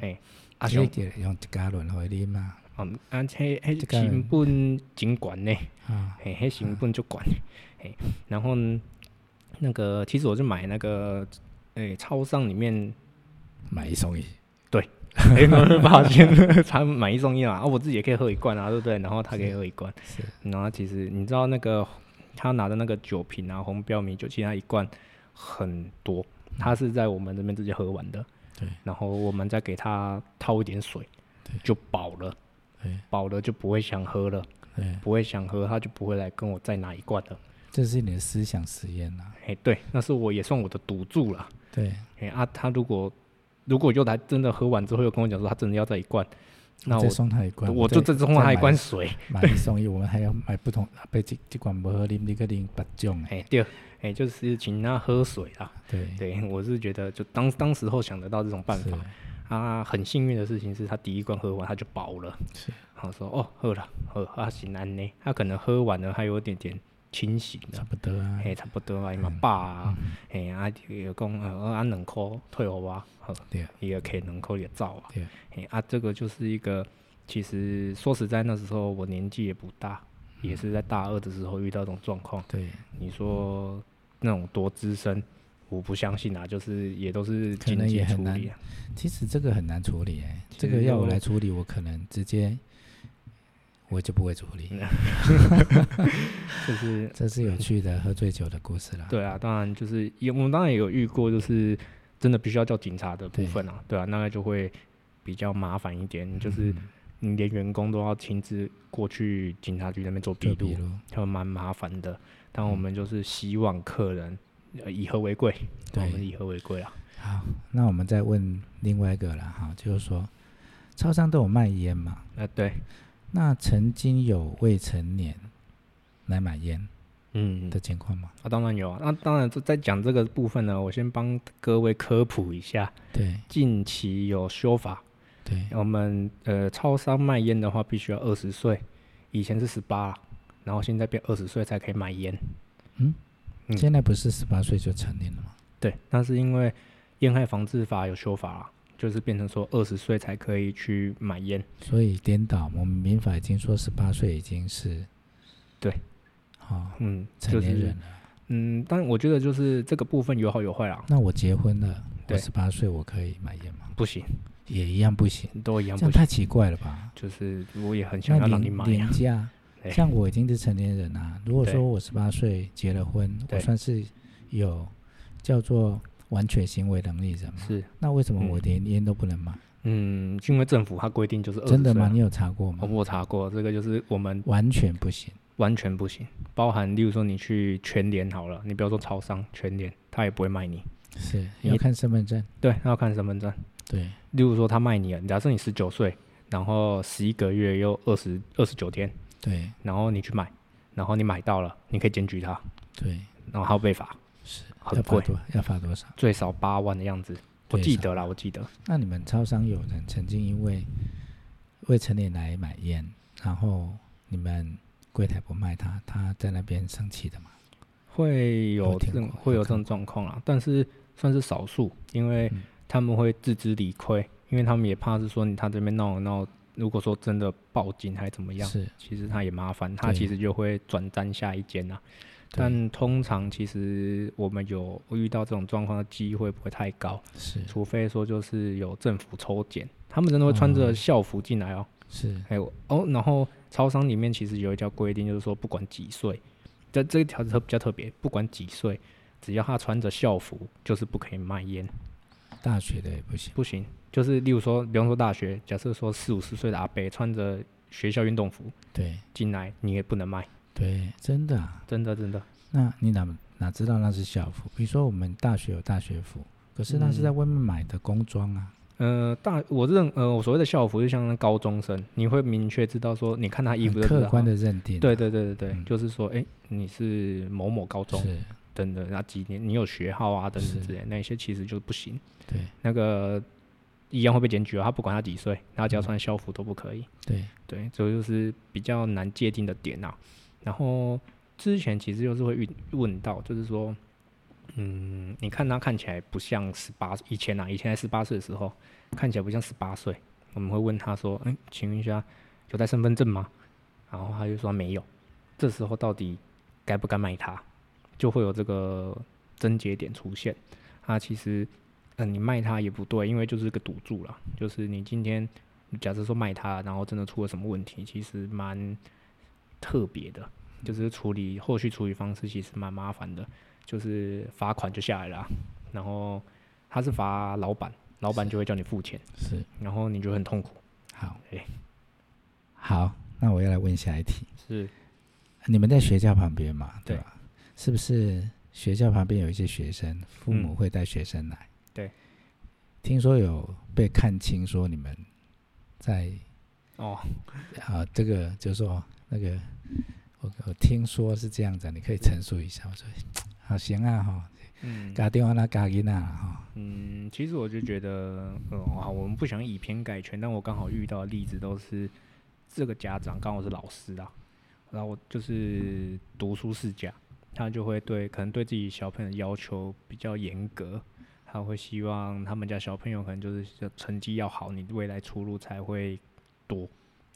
Speaker 2: 哎、阿
Speaker 1: 这
Speaker 2: 兄，
Speaker 1: 个用一加仑给你嘛，
Speaker 2: 啊、嗯，啊，
Speaker 1: 这
Speaker 2: 迄迄
Speaker 1: 个
Speaker 2: 成本真悬呢，
Speaker 1: 啊，
Speaker 2: 嘿，迄成本就管，嘿，然后那个其实我就买那个，诶、超商 里面，
Speaker 1: 买一送一，
Speaker 2: 哎、有没有发现他买一送一嘛，啊，我自己也可以喝一罐啊，对不对？然后他可以喝一罐，
Speaker 1: 是
Speaker 2: 然后其实你知道那个他拿的那个酒瓶啊，红标米酒，其实他一罐很多，他是在我们这边直接喝完的，
Speaker 1: 嗯对
Speaker 2: 然后我们再给他掏一点水
Speaker 1: 对，
Speaker 2: 就饱了，
Speaker 1: 对
Speaker 2: 饱了就不会想喝了，
Speaker 1: 对，
Speaker 2: 不会想喝，他就不会来跟我再拿一罐了。
Speaker 1: 这是你的思想实验啦、啊，
Speaker 2: 哎，对，那是我也算我的赌注了。
Speaker 1: 对，
Speaker 2: 哎啊，他如果如果又来真的喝完之后又跟我讲说他真的要再一罐，那
Speaker 1: 再
Speaker 2: 我
Speaker 1: 送他一罐，
Speaker 2: 我就
Speaker 1: 再
Speaker 2: 真送他一罐
Speaker 1: 再
Speaker 2: 水。
Speaker 1: 买买一送一，我们还要买不同，被这这罐不喝，啉你个啉八种诶，
Speaker 2: 哎，对，哎，就是请他喝水啦。
Speaker 1: 对，
Speaker 2: 对，我是觉得就当当时候想得到这种办
Speaker 1: 哎是
Speaker 2: 法。啊，很幸运的事情是他第一罐喝完他就饱了，
Speaker 1: 是
Speaker 2: 然后说哦喝了喝啊行安呢，他可能喝完了还有一点点清醒的
Speaker 1: 差，不多啊，
Speaker 2: 嘿，差不多啊，伊嘛饱
Speaker 1: 嗯
Speaker 2: 啊，嘿啊，伊就讲呃，啊两箍退互我，好，
Speaker 1: 对
Speaker 2: 伊个摕两箍就走啊，
Speaker 1: 对，
Speaker 2: 嘿啊，这个就是一个，其实说实在那时候我年纪也不大，
Speaker 1: 嗯
Speaker 2: 也是在大二的时候遇到这种状况，
Speaker 1: 对，
Speaker 2: 你说那种多资深，我不相信啊，就是也都是
Speaker 1: 可
Speaker 2: 紧
Speaker 1: 能
Speaker 2: 急
Speaker 1: 也很
Speaker 2: 处
Speaker 1: 难
Speaker 2: 理啊，
Speaker 1: 其实这个很难处理诶、欸
Speaker 2: 其
Speaker 1: 这个
Speaker 2: 实
Speaker 1: 要我
Speaker 2: 就
Speaker 1: 来处理，我可能直接我就不会处理。
Speaker 2: 就是
Speaker 1: 这是有趣的喝醉酒的故事啦。
Speaker 2: 对啊，当然就是也我们当然也有遇过，就是真的必须要叫警察的部
Speaker 1: 对
Speaker 2: 分啊，对啊，嗯那个就会比较麻烦一点，就是你连员工都要亲自过去警察局那边做
Speaker 1: 就
Speaker 2: 笔
Speaker 1: 比
Speaker 2: 录，
Speaker 1: 如，
Speaker 2: 就蛮麻烦的。但我们就是希望客人呃以和为贵，我
Speaker 1: 对
Speaker 2: 们以和为贵啊，
Speaker 1: 好，那我们再问另外一个啦，哈，就是说，超商都有卖烟嘛？
Speaker 2: 啊对，
Speaker 1: 那曾经有未成年来买烟
Speaker 2: 嗯，
Speaker 1: 的情况吗？
Speaker 2: 啊当然有啊，那当然就在讲这个部分呢，我先帮各位科普一下，
Speaker 1: 对
Speaker 2: 近期有修法，
Speaker 1: 对，
Speaker 2: 我们呃，超商卖烟的话，必须要二十岁，以前是十八，然后现在变二十岁才可以买烟。嗯
Speaker 1: 现在不是十八岁就成年了吗？
Speaker 2: 对，那是因为烟害防治法有修法啦，就是变成说二十岁才可以去买烟。
Speaker 1: 所以颠倒，我们民法已经说十八岁已经是，
Speaker 2: 对，
Speaker 1: 好、
Speaker 2: 嗯，
Speaker 1: 成
Speaker 2: 就
Speaker 1: 年人
Speaker 2: 是
Speaker 1: 了。
Speaker 2: 嗯，但我觉得就是这个部分有好有坏啦，
Speaker 1: 那我结婚了，我
Speaker 2: 对
Speaker 1: 十八岁我可以买烟吗？
Speaker 2: 不行，
Speaker 1: 也一样不行，
Speaker 2: 都一样
Speaker 1: 这
Speaker 2: 不
Speaker 1: 样
Speaker 2: 行。
Speaker 1: 太奇怪了吧？
Speaker 2: 就是我也很想
Speaker 1: 那
Speaker 2: 要让你
Speaker 1: 廉
Speaker 2: 买呀、
Speaker 1: 廉价，
Speaker 2: 对
Speaker 1: 像我已经是成年人啊。如果
Speaker 2: 对
Speaker 1: 说我十八岁结了婚，我
Speaker 2: 对
Speaker 1: 算是有叫做完全行为能力人嘛。
Speaker 2: 是，
Speaker 1: 那为什么我
Speaker 2: 嗯
Speaker 1: 连烟都不能买？
Speaker 2: 嗯，因为政府它规定就是二十岁
Speaker 1: 真的吗？
Speaker 2: 啊
Speaker 1: 你？有查过吗
Speaker 2: 哦？我查过，这个就是我们
Speaker 1: 完全不行。
Speaker 2: 完全不行，包含例如说你去全联好了，你不要说超商，全联他也不会卖你。
Speaker 1: 是
Speaker 2: 你
Speaker 1: 要看身份证。
Speaker 2: 对，他要看身份证。
Speaker 1: 对
Speaker 2: 例如说他卖你了，假设你十九岁，然后十一个月又二十二十九天，
Speaker 1: 对
Speaker 2: 然后你去买，然后你买到了，你可以检举他，
Speaker 1: 对，
Speaker 2: 然后他会被罚，
Speaker 1: 是
Speaker 2: 很
Speaker 1: 要罚
Speaker 2: 贵
Speaker 1: 多要罚多少？
Speaker 2: 最少八万的样子。我
Speaker 1: 最
Speaker 2: 记
Speaker 1: 少
Speaker 2: 得啦，我记得。
Speaker 1: 那你们超商有人曾经因为未成年来买烟，然后你们柜台不卖他，他在那边生气的吗？
Speaker 2: 会
Speaker 1: 有
Speaker 2: 有这
Speaker 1: 听
Speaker 2: 种
Speaker 1: 过
Speaker 2: 会
Speaker 1: 有
Speaker 2: 有这
Speaker 1: 看
Speaker 2: 种状况啦，但是算是少数，因为
Speaker 1: 嗯
Speaker 2: 他们会自知理亏，因为他们也怕是说你他这边闹闹，如果说真的报警还怎么样，
Speaker 1: 是，
Speaker 2: 其实他也麻烦，他
Speaker 1: 对
Speaker 2: 其实就会转战下一间啦。啊
Speaker 1: 对
Speaker 2: 但通常其实我们有遇到这种状况的机会不会太高，
Speaker 1: 是
Speaker 2: 除非说就是有政府抽检，他们真的会穿着
Speaker 1: 哦
Speaker 2: 校服进来哦。
Speaker 1: 是，
Speaker 2: 还有哦，然后超商里面其实有一条规定，就是说不管几岁，这这一条特比较特别，不管几岁，只要他穿着校服，就是不可以卖烟，
Speaker 1: 大学的也不行。
Speaker 2: 不行。就是例如说，比方说大学，假设说四五十岁的阿伯穿着学校运动服
Speaker 1: 对
Speaker 2: 进来，你也不能卖，
Speaker 1: 对，真的、啊。
Speaker 2: 真的真的。
Speaker 1: 那你哪哪知道那是校服？比如说我们大学有大学服，可是那是在
Speaker 2: 嗯
Speaker 1: 外面买的工装啊。
Speaker 2: 呃，大我认呃，我所谓的校服就像那高中生，你会明确知道说，你看他衣
Speaker 1: 很
Speaker 2: 服就知道
Speaker 1: 客观
Speaker 2: 他
Speaker 1: 的认定啊、
Speaker 2: 对对对对对，
Speaker 1: 嗯
Speaker 2: 就是说，哎、你是某某高中
Speaker 1: 是，
Speaker 2: 等等，那几年你有学号啊等
Speaker 1: 是
Speaker 2: 等之类的，那些其实就是不行。
Speaker 1: 对
Speaker 2: 那个一样会被检举啊，他不管他几岁，他只要穿校服都不可以。
Speaker 1: 对
Speaker 2: 对，这就是比较难界定的点啊。然后之前其实就是会遇问到，就是说，嗯，你看他看起来不像十八，以前啊，以前在十八岁的时候看起来不像十八岁，我们会问他说，嗯，请问一下，有带身份证吗？然后他就说没有。这时候到底该不该卖它，就会有这个症结点出现。啊，其实，嗯、你卖它也不对，因为就是个赌注啦。就是你今天假设说卖它，然后真的出了什么问题，其实蛮特别的，就是处理后续处理方式其实蛮麻烦的，就是罚款就下来了啊、然后他是罚老板，老板就会叫你付钱，
Speaker 1: 是
Speaker 2: 然后你就很痛苦。
Speaker 1: 好
Speaker 2: 哎，
Speaker 1: 好，那我要来问下一题，
Speaker 2: 是，
Speaker 1: 你们在学校旁边嘛，
Speaker 2: 嗯对
Speaker 1: 对吧？是不是学校旁边有一些学生，父母
Speaker 2: 嗯
Speaker 1: 会带学生来？
Speaker 2: 对，
Speaker 1: 听说有被看清，说你们在
Speaker 2: 哦，
Speaker 1: 啊，这个就是说那个，我我听说是这样子啊，你可以陈述一下。我说好行啊哈，
Speaker 2: 嗯
Speaker 1: 打电话那嘎音啊哈，
Speaker 2: 嗯，其实我就觉得，嗯，好，我们不想以偏概全，但我刚好遇到的例子都是这个家长刚好是老师啊，然后我就是读书世家，他就会对可能对自己小朋友的要求比较严格，他会希望他们家小朋友可能就是成绩要好，你未来出路才会多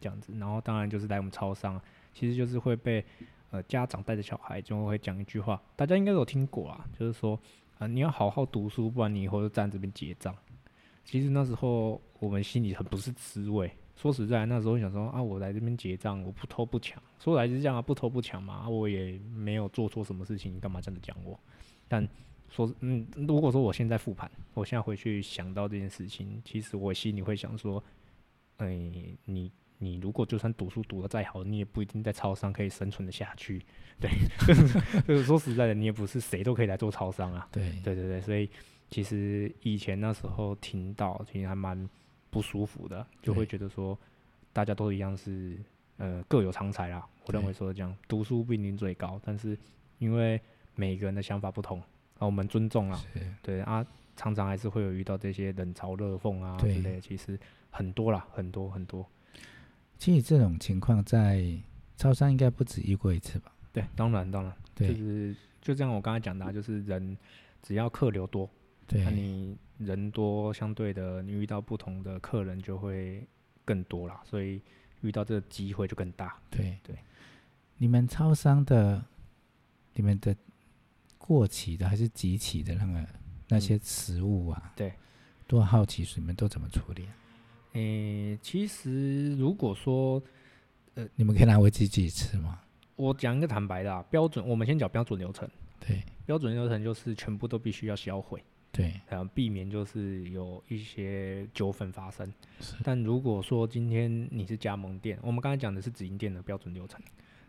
Speaker 2: 这样子。然后当然就是来我们超商，其实就是会被呃家长带着小孩就会讲一句话，大家应该都有听过啊，就是说。啊，你要好好读书，不然你以后就站这边结账。其实那时候我们心里很不是滋味。说实在，那时候想说啊，我来这边结账，我不偷不抢，说来是这样啊，不偷不抢嘛，啊我也没有做错什么事情，你干嘛这样子讲我？但说，嗯，如果说我现在复盘，我现在回去想到这件事情，其实我心里会想说，哎、你你如果就算读书读得再好，你也不一定在超商可以生存的下去。 对，就是说实在的，你也不是谁都可以来做超商啊。
Speaker 1: 对，
Speaker 2: 对对对，所以其实以前那时候听到，其实还蛮不舒服的，就会
Speaker 1: 对
Speaker 2: 觉得说大家都一样是呃各有长才啦。我认
Speaker 1: 对
Speaker 2: 为说这样，读书不一定最高，但是因为每个人的想法不同，啊，我们尊重啊，
Speaker 1: 是
Speaker 2: 对啊，常常还是会有遇到这些冷嘲热讽啊之
Speaker 1: 对
Speaker 2: 类的，其实很多啦，很多很多。
Speaker 1: 其实这种情况在超商应该不止遇过一次吧？
Speaker 2: 对，当然当然，就
Speaker 1: 对
Speaker 2: 是就像我刚才讲的啊、就是人只要客流多，那
Speaker 1: 对
Speaker 2: 你人多，相对的，你遇到不同的客人就会更多啦，所以遇到这个机会就更大。
Speaker 1: 对
Speaker 2: 对，
Speaker 1: 你们超商的，你们的过期的还是集齐的那个那些食物啊？
Speaker 2: 嗯对，
Speaker 1: 多好奇你们都怎么处理啊？
Speaker 2: 诶、其实如果说
Speaker 1: 你们可以拿回去自己吃吗？
Speaker 2: 我讲一个坦白的、啊、标准，我们先讲标准流程，
Speaker 1: 对
Speaker 2: 标准流程就是全部都必须要销毁，
Speaker 1: 对
Speaker 2: 然后避免就是有一些纠纷发生
Speaker 1: 是。
Speaker 2: 但如果说今天你是加盟店，我们刚才讲的是直营店的标准流程，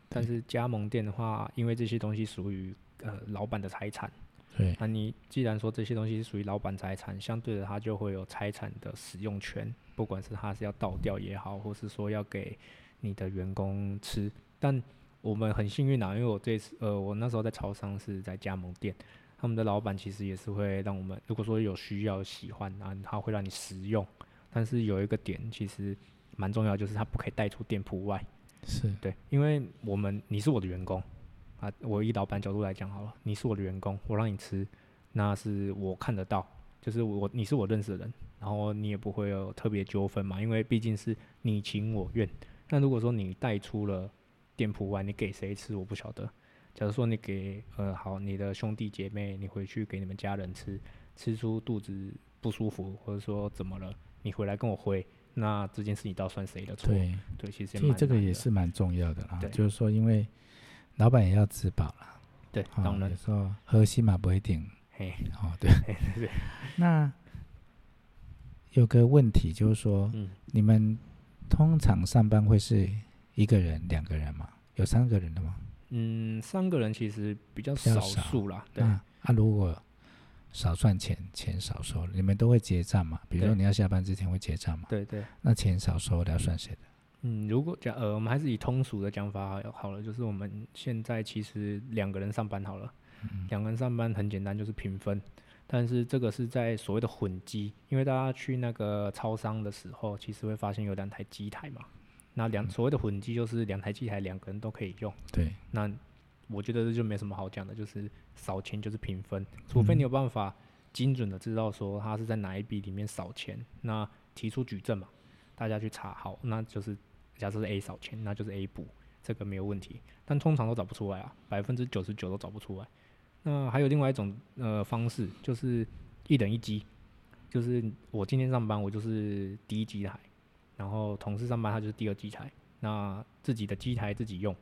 Speaker 2: 但是加盟店的话，因为这些东西属于呃老板的财产。
Speaker 1: 对
Speaker 2: 那你既然说这些东西是属于老板财产，相对的他就会有财产的使用权，不管是他是要倒掉也好，或是说要给你的员工吃。但我们很幸运啊，因为我这次呃，我那时候在超商是在加盟店，他们的老板其实也是会让我们，如果说有需要喜欢啊，他会让你食用。但是有一个点其实蛮重要，就是他不可以带出店铺外。
Speaker 1: 是
Speaker 2: 对，因为我们你是我的员工啊，我以老板角度来讲好了，你是我的员工，我让你吃，那是我看得到，就是我你是我认识的人，然后你也不会有特别纠纷嘛，因为毕竟是你情我愿。那如果说你带出了店铺外，你给谁吃我不晓得。假如说你给呃好你的兄弟姐妹，你回去给你们家人吃，吃出肚子不舒服或者说怎么了，你回来跟我回，那这件事情到底算谁的错？
Speaker 1: 对，
Speaker 2: 对，其实
Speaker 1: 所
Speaker 2: 也
Speaker 1: 以
Speaker 2: 蛮
Speaker 1: 这个
Speaker 2: 难
Speaker 1: 也
Speaker 2: 的
Speaker 1: 是蛮重要的啦
Speaker 2: 对。
Speaker 1: 就是说，因为老板也要吃饱啦，
Speaker 2: 对，
Speaker 1: 哦
Speaker 2: 当然
Speaker 1: 有，时候核心嘛不一定
Speaker 2: 嘿，
Speaker 1: 哦，对
Speaker 2: 对
Speaker 1: 那有个问题就是说，
Speaker 2: 嗯，
Speaker 1: 你们通常上班会是一个人、两个人吗？有三个人的吗？
Speaker 2: 嗯，三个人其实比较
Speaker 1: 较
Speaker 2: 少
Speaker 1: 少
Speaker 2: 数啦，对
Speaker 1: 那，啊，如果少算钱，钱少收，你们都会结账嘛？比如说
Speaker 2: 对
Speaker 1: 你要下班之前会结账嘛？
Speaker 2: 对对，
Speaker 1: 那钱少收的要算谁的？
Speaker 2: 嗯，如果讲呃，我们还是以通俗的讲法好了，就是我们现在其实两个人上班好了，
Speaker 1: 嗯
Speaker 2: 两个人上班很简单，就是平分。但是这个是在所谓的混机，因为大家去那个超商的时候，其实会发现有两台机台嘛。那
Speaker 1: 嗯
Speaker 2: 两所谓的混机就是两台机台，两个人都可以用。
Speaker 1: 对
Speaker 2: 那我觉得这就没什么好讲的，就是少钱就是平分，除非你有办法精准的知道说他是在哪一笔里面少钱，那提出举证嘛，大家去查好，那就是假设是 A 少钱，那就是 A 补，这个没有问题。但通常都找不出来啊，百分之九十九都找不出来。那还有另外一种呃方式，就是一人一机，就是我今天上班我就是第一机台，然后同事上班他就是第二机台，那自己的机台自己用，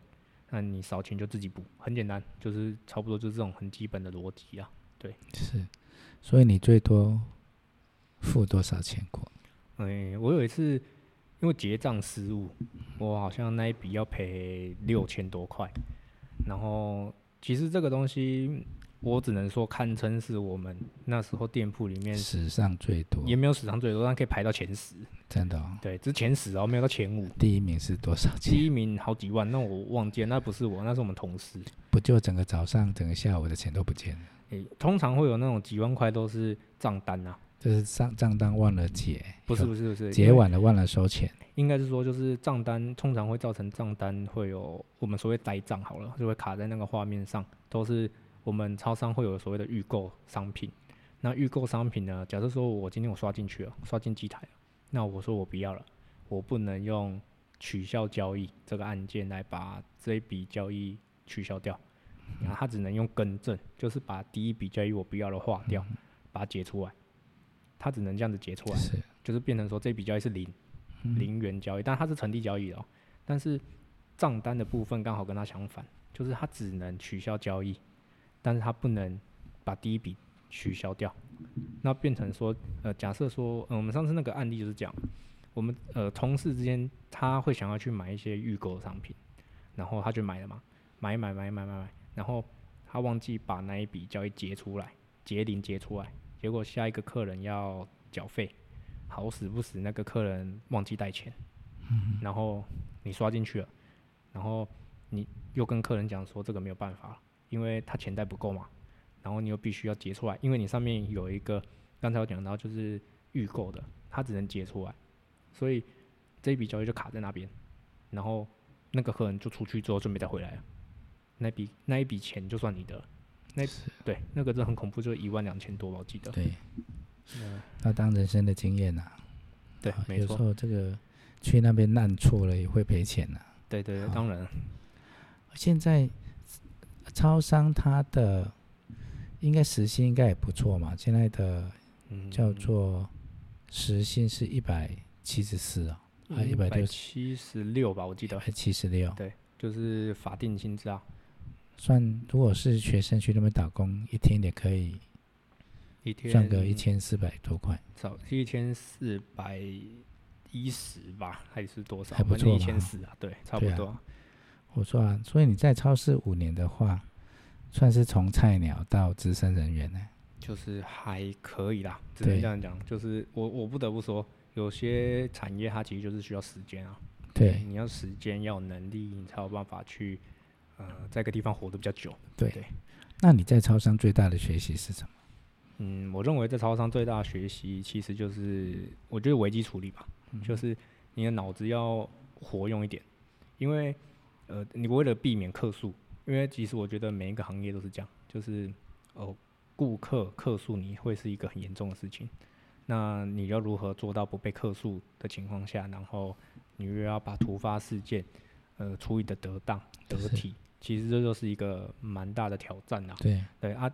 Speaker 2: 那你少钱就自己补，很简单，就是差不多就是这种很基本的逻辑啊。
Speaker 1: 是，所以你最多付多少钱过？
Speaker 2: 哎、我有一次因为结账失误，我好像那一笔要赔六千多块。然后其实这个东西，我只能说堪称是我们那时候店铺里面
Speaker 1: 史上最多，
Speaker 2: 也没有史上最多，但可以排到前十。
Speaker 1: 真的、哦。
Speaker 2: 对，只是前十哦，没有到前五。
Speaker 1: 第一名是多少钱？
Speaker 2: 第一名好几万，那我忘记了，那不是我，那是我们同事。
Speaker 1: 不就整个早上、整个下午的钱都不见了？
Speaker 2: 诶、哎通常会有那种几万块都是账单啊，
Speaker 1: 这是账账单忘了结，
Speaker 2: 不是不是不是，
Speaker 1: 结
Speaker 2: 因为
Speaker 1: 晚了忘了收钱，
Speaker 2: 应该是说，就是账单通常会造成账单会有我们所谓呆账好了，就会卡在那个画面上，都是我们超商会有所谓的预购商品。那预购商品呢，假设说我今天我刷进去了，刷进机台了，那我说我不要了，我不能用取消交易这个按键来把这一笔交易取消掉，然后它只能用更正，就是把第一笔交易我不要的划掉，把它解出来，它只能这样子解出来。
Speaker 1: 是
Speaker 2: 就是变成说这笔交易是零，零元交易，但它是成立交易的、哦，但是账单的部分刚好跟它相反，就是它只能取消交易，但是它不能把第一笔取消掉，那变成说，呃，假设说，呃，我们上次那个案例就是讲，我们呃同事之间他会想要去买一些预购的商品，然后他就买了嘛，买一买买一买买一买，然后他忘记把那一笔交易结出来，结零结出来，结果下一个客人要缴费。好死不死那个客人忘记带钱，然后你刷进去了，然后你又跟客人讲说这个没有办法，因为他钱袋不够嘛，然后你又必须要结出来，因为你上面有一个刚才我讲到就是预购的，他只能结出来，所以这一笔交易就卡在那边，然后那个客人就出去之后就没再回来了，那笔那一笔钱就算你的了，那对那个真的很恐怖，就一万两千多吧，我记得。
Speaker 1: 对，
Speaker 2: 嗯
Speaker 1: 要当人生的经验呐、啊。
Speaker 2: 对
Speaker 1: 啊，
Speaker 2: 没
Speaker 1: 有时
Speaker 2: 错，
Speaker 1: 候这个去那边烂错了也会赔钱呐、
Speaker 2: 对对对，
Speaker 1: 好
Speaker 2: 当然了。
Speaker 1: 现在超商它的应该时薪应该也不错嘛，现在的
Speaker 2: 嗯
Speaker 1: 叫做时薪是一百七十四啊，
Speaker 2: 嗯
Speaker 1: 还一百六十
Speaker 2: 哎七十六吧，我记得
Speaker 1: 还七十六，
Speaker 2: 就是法定薪资啊，
Speaker 1: 算如果是学生去那边打工，一天也可以
Speaker 2: 一天
Speaker 1: 赚个一千四百多块，
Speaker 2: 少一千四百一十吧，还是多少？
Speaker 1: 还不错嘛
Speaker 2: 一千四啊，对，差不
Speaker 1: 对啊
Speaker 2: 多。
Speaker 1: 我说啊，所以你在超市五年的话，算是从菜鸟到资深人员呢、
Speaker 2: 就是还可以啦，只能
Speaker 1: 对
Speaker 2: 这样讲。就是我我不得不说，有些产业它其实就是需要时间啊，
Speaker 1: 对
Speaker 2: 你要时间，要有能力，你才有办法去呃，在一个地方活得比较久。
Speaker 1: 对
Speaker 2: 对
Speaker 1: 那你在超商最大的学习是什么？
Speaker 2: 嗯，我认为在超商最大的学习其实就是，我觉得危机处理吧，就是你的脑子要活用一点，因为呃，你为了避免客诉，因为其实我觉得每一个行业都是这样，就是哦，顾客客诉你会是一个很严重的事情，那你要如何做到不被客诉的情况下，然后你又要把突发事件呃处理的得当得
Speaker 1: 是
Speaker 2: 体，其实这就是一个蛮大的挑战啊。
Speaker 1: 对，
Speaker 2: 对啊，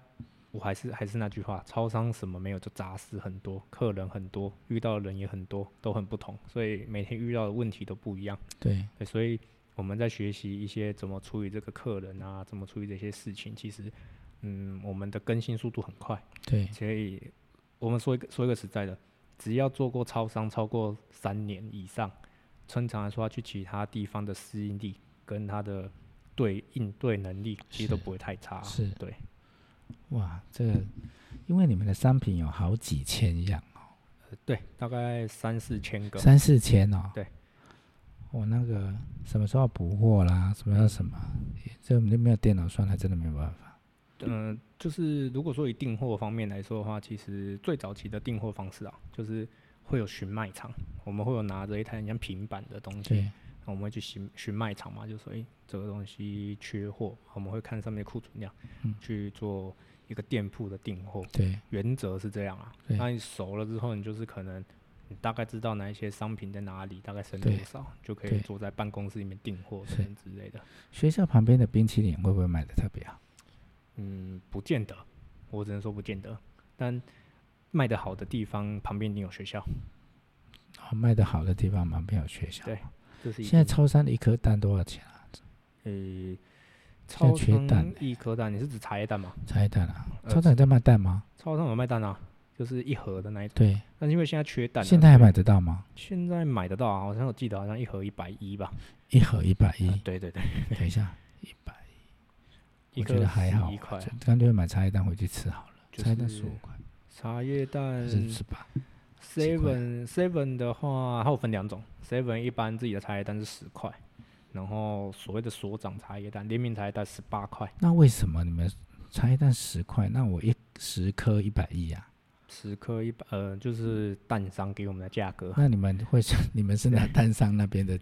Speaker 2: 我还是还是那句话，超商什么没有，就杂事很多，客人很多，遇到的人也很多，都很不同，所以每天遇到的问题都不一样。
Speaker 1: 对，
Speaker 2: 对，所以我们在学习一些怎么处理这个客人啊，怎么处理这些事情，其实，嗯，我们的更新速度很快，
Speaker 1: 对，
Speaker 2: 所以我们说一个说一个实在的，只要做过超商超过三年以上，通常来说，他去其他地方的适应力跟他的对应对能力，其实都
Speaker 1: 是
Speaker 2: 不会太差。
Speaker 1: 是
Speaker 2: 对。
Speaker 1: 哇，这个因为你们的商品有好几千样哦，
Speaker 2: 对，大概三四千个。
Speaker 1: 三四千哦。
Speaker 2: 对。
Speaker 1: 我那个什么时候补货啦？什么要什么？这没没有电脑算，还真的没有办法。
Speaker 2: 嗯、就是如果说以订货方面来说的话，其实最早期的订货方式啊，就是会有巡卖场，我们会有拿着一台很像平板的东西，
Speaker 1: 对，
Speaker 2: 然后我们会去巡巡卖场嘛，就说诶这个东西缺货，我们会看上面的库存量，
Speaker 1: 嗯
Speaker 2: 去做一个店铺的订货。
Speaker 1: 对，
Speaker 2: 原则是这样啊。
Speaker 1: 对
Speaker 2: 那你熟了之后，你就是可能你大概知道哪一些商品在哪里，大概剩多
Speaker 1: 对
Speaker 2: 少，就可
Speaker 1: 对
Speaker 2: 以坐在办公室里面订货
Speaker 1: 是
Speaker 2: 等等之类的。
Speaker 1: 学校旁边的冰淇淋会不会卖的特别好？
Speaker 2: 嗯，不见得，我只能说不见得。但卖的好的地方旁边一定有学校，
Speaker 1: 哦，卖的好的地方旁边有学校。
Speaker 2: 对这是一
Speaker 1: 现在
Speaker 2: 定
Speaker 1: 超商的一颗蛋多少钱啊？
Speaker 2: 呃，
Speaker 1: 现在
Speaker 2: 超
Speaker 1: 缺蛋欸
Speaker 2: 商一颗蛋，你是指茶叶蛋吗？
Speaker 1: 茶叶蛋啊？
Speaker 2: 呃
Speaker 1: 超商有在卖蛋吗？
Speaker 2: 超商有卖蛋啊，就是一盒的那一种。
Speaker 1: 对，
Speaker 2: 但是因为现在缺蛋啊，
Speaker 1: 现在还买得到吗？
Speaker 2: 现在买得到啊，好像我记得好像一盒一百一吧。
Speaker 1: 一盒一百一
Speaker 2: 啊，对对对，
Speaker 1: 等一下，一百，
Speaker 2: 一
Speaker 1: 我
Speaker 2: 颗
Speaker 1: 觉得还好
Speaker 2: 11
Speaker 1: 啊，
Speaker 2: 块
Speaker 1: 就，干脆买茶叶蛋回去吃好了。
Speaker 2: 哎就
Speaker 1: 茶叶蛋
Speaker 2: 是呃
Speaker 1: 十五块，
Speaker 2: 茶叶蛋
Speaker 1: 还是十八？几块
Speaker 2: seven seven 的话，它有分两种，seven 一般自己的茶叶蛋是十块，然后所谓的所长茶叶蛋、联名茶叶蛋十八块，
Speaker 1: 那为什么你们茶叶蛋十块？那我一十颗一百一啊？
Speaker 2: 十颗一百，呃，就是蛋商给我们的价格。
Speaker 1: 那你们会是 你们是拿蛋商那边的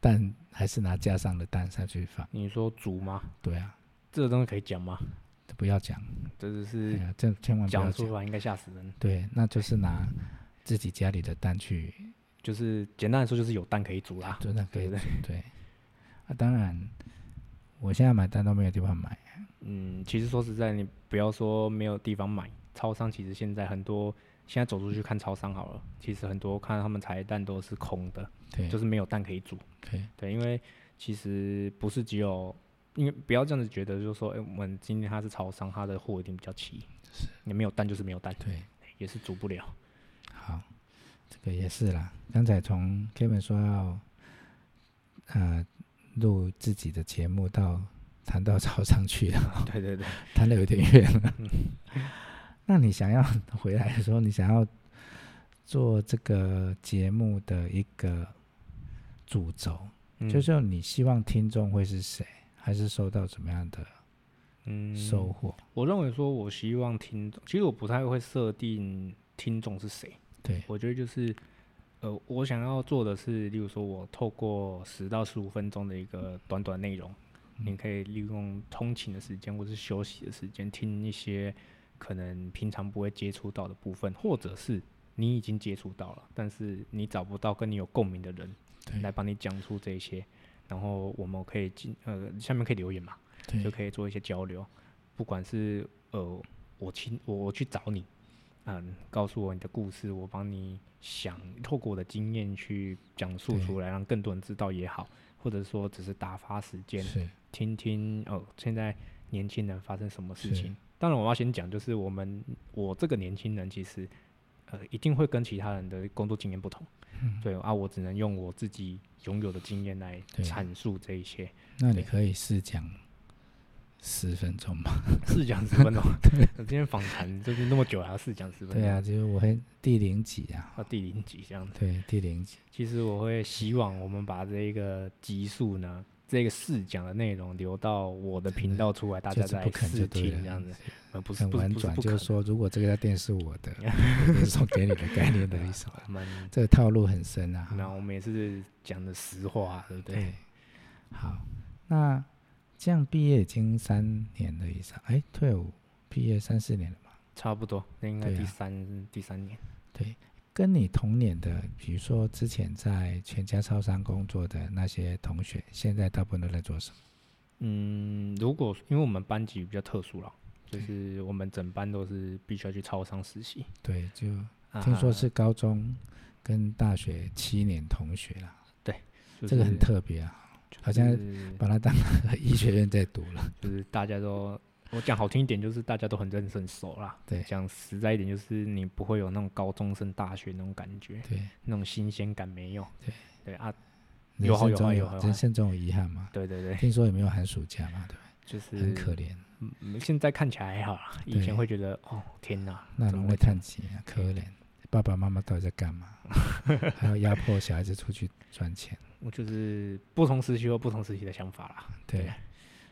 Speaker 1: 蛋，还是拿架上的蛋下去放？
Speaker 2: 你说足吗？
Speaker 1: 对啊，
Speaker 2: 这个东西可以讲吗？
Speaker 1: 这不要讲，
Speaker 2: 这只
Speaker 1: 哎
Speaker 2: 是
Speaker 1: 呀，这千万不要
Speaker 2: 呃讲
Speaker 1: 讲
Speaker 2: 出。来应该吓死人。
Speaker 1: 对，那就是拿自己家里的蛋去，
Speaker 2: 就是简单来说，就是有蛋可以煮啦。
Speaker 1: 啊真的可以
Speaker 2: 对
Speaker 1: 煮
Speaker 2: 不
Speaker 1: 对。啊，当然，我现在买蛋都没有地方买。
Speaker 2: 嗯，其实说实在，你不要说没有地方买，超商其实现在很多，现在走出去看超商好了，其实很多看他们茶叶蛋都是空的，
Speaker 1: 对，
Speaker 2: 就是没有蛋可以煮。
Speaker 1: 对，
Speaker 2: 对，因为其实不是只有，因为不要这样子觉得，就是说，哎、我们今天它是超商，它的货一定比较齐，你没有蛋就是没有蛋，
Speaker 1: 对。
Speaker 2: 也是煮不了。
Speaker 1: 好，这个也是啦。刚才从 Kevin 说要呃录自己的节目到谈到超商去了，
Speaker 2: 对对对，
Speaker 1: 谈的有点远了。
Speaker 2: 嗯
Speaker 1: 那你想要回来的时候，你想要做这个节目的一个主轴，
Speaker 2: 嗯
Speaker 1: 就是说你希望听众会是谁，还是收到什么样的
Speaker 2: 嗯，
Speaker 1: 收获？
Speaker 2: 我认为说，我希望听众，其实我不太会设定听众是谁，
Speaker 1: 对
Speaker 2: 我觉得就是，呃，我想要做的是，例如说，我透过十到十五分钟的一个短短内容，你可以利用通勤的时间或是休息的时间，听一些可能平常不会接触到的部分，或者是你已经接触到了，但是你找不到跟你有共鸣的人来
Speaker 1: 对
Speaker 2: 帮你讲出这些，然后我们可以进呃下面可以留言嘛，就
Speaker 1: 对
Speaker 2: 可以做一些交流，不管是呃我亲我我去找你，嗯，告诉我你的故事，我帮你想透过我的经验去讲述
Speaker 1: 对
Speaker 2: 出来，让更多人知道也好，或者说只是打发时间，
Speaker 1: 是
Speaker 2: 听听哦、现在年轻人发生什么事
Speaker 1: 是
Speaker 2: 情。当然，我要先讲，就是我们我这个年轻人其实呃一定会跟其他人的工作经验不同，
Speaker 1: 嗯
Speaker 2: 对啊，我只能用我自己拥有的经验来
Speaker 1: 对
Speaker 2: 阐述这一些。
Speaker 1: 那你
Speaker 2: 对
Speaker 1: 可以试讲十分钟吗？
Speaker 2: 试讲十 分钟，哦今天访谈就是那么久，还要试讲十分钟。
Speaker 1: 对啊，，就是我会第零集啊，
Speaker 2: 到第零集这样子。
Speaker 1: 对，第零集，
Speaker 2: 其实我会希望我们把这一个集数呢，这个试讲的内容留到我的频道出来，大
Speaker 1: 就
Speaker 2: 家
Speaker 1: 是
Speaker 2: 再
Speaker 1: 不肯就
Speaker 2: 试
Speaker 1: 对
Speaker 2: 听
Speaker 1: 了，
Speaker 2: 这样子。呃，不是
Speaker 1: 很
Speaker 2: 不是
Speaker 1: 婉
Speaker 2: 不是
Speaker 1: 转，
Speaker 2: 不可
Speaker 1: 就
Speaker 2: 能
Speaker 1: 是，说如果这个家店是我的，我就是送给你的概念的意思 嘛。
Speaker 2: 我们
Speaker 1: 这个套路很深啊。
Speaker 2: 那我们也是讲的实话，对不对？
Speaker 1: 对，好，那这样毕业已经三年了以上，哎，退伍毕业三四年了嘛？
Speaker 2: 差不多，那应该
Speaker 1: 对啊
Speaker 2: 第三第三年。
Speaker 1: 对，跟你同年的，比如说之前在全家超商工作的那些同学，现在大部分都在做什么？
Speaker 2: 嗯，如果因为我们班级比较特殊了，就
Speaker 1: 对
Speaker 2: 是我们整班都是必须要去超商实习。
Speaker 1: 对，就
Speaker 2: 啊
Speaker 1: 听说是高中跟大学七年同学啦，
Speaker 2: 就
Speaker 1: 这个
Speaker 2: 是
Speaker 1: 很特别啊，好像
Speaker 2: 就是
Speaker 1: 把它当医学院在读了。
Speaker 2: 就是大家都，我讲好听一点，就是大家都很认真熟啦。
Speaker 1: 对
Speaker 2: 讲实在一点，就是你不会有那种高中生、大学那种感觉，
Speaker 1: 对，
Speaker 2: 那种新鲜感没有。
Speaker 1: 对
Speaker 2: 对啊，有
Speaker 1: 人
Speaker 2: 好
Speaker 1: 生
Speaker 2: 有
Speaker 1: 中
Speaker 2: 坏有好有
Speaker 1: 人
Speaker 2: 坏
Speaker 1: 生中有遗憾嘛？
Speaker 2: 对对对，
Speaker 1: 听说也没有寒暑假嘛，对不
Speaker 2: 就是
Speaker 1: 对？很可怜，
Speaker 2: 嗯现在看起来还好啦，以
Speaker 1: 对
Speaker 2: 前会觉得哦天哪，
Speaker 1: 那
Speaker 2: 怎
Speaker 1: 容
Speaker 2: 么
Speaker 1: 会
Speaker 2: 会这样
Speaker 1: 叹气啊，可怜。爸爸妈妈到底在干 嘛？还要压迫小孩子出去赚钱，
Speaker 2: 我就是不同时期有不同时期的想法啦。
Speaker 1: 对
Speaker 2: 对。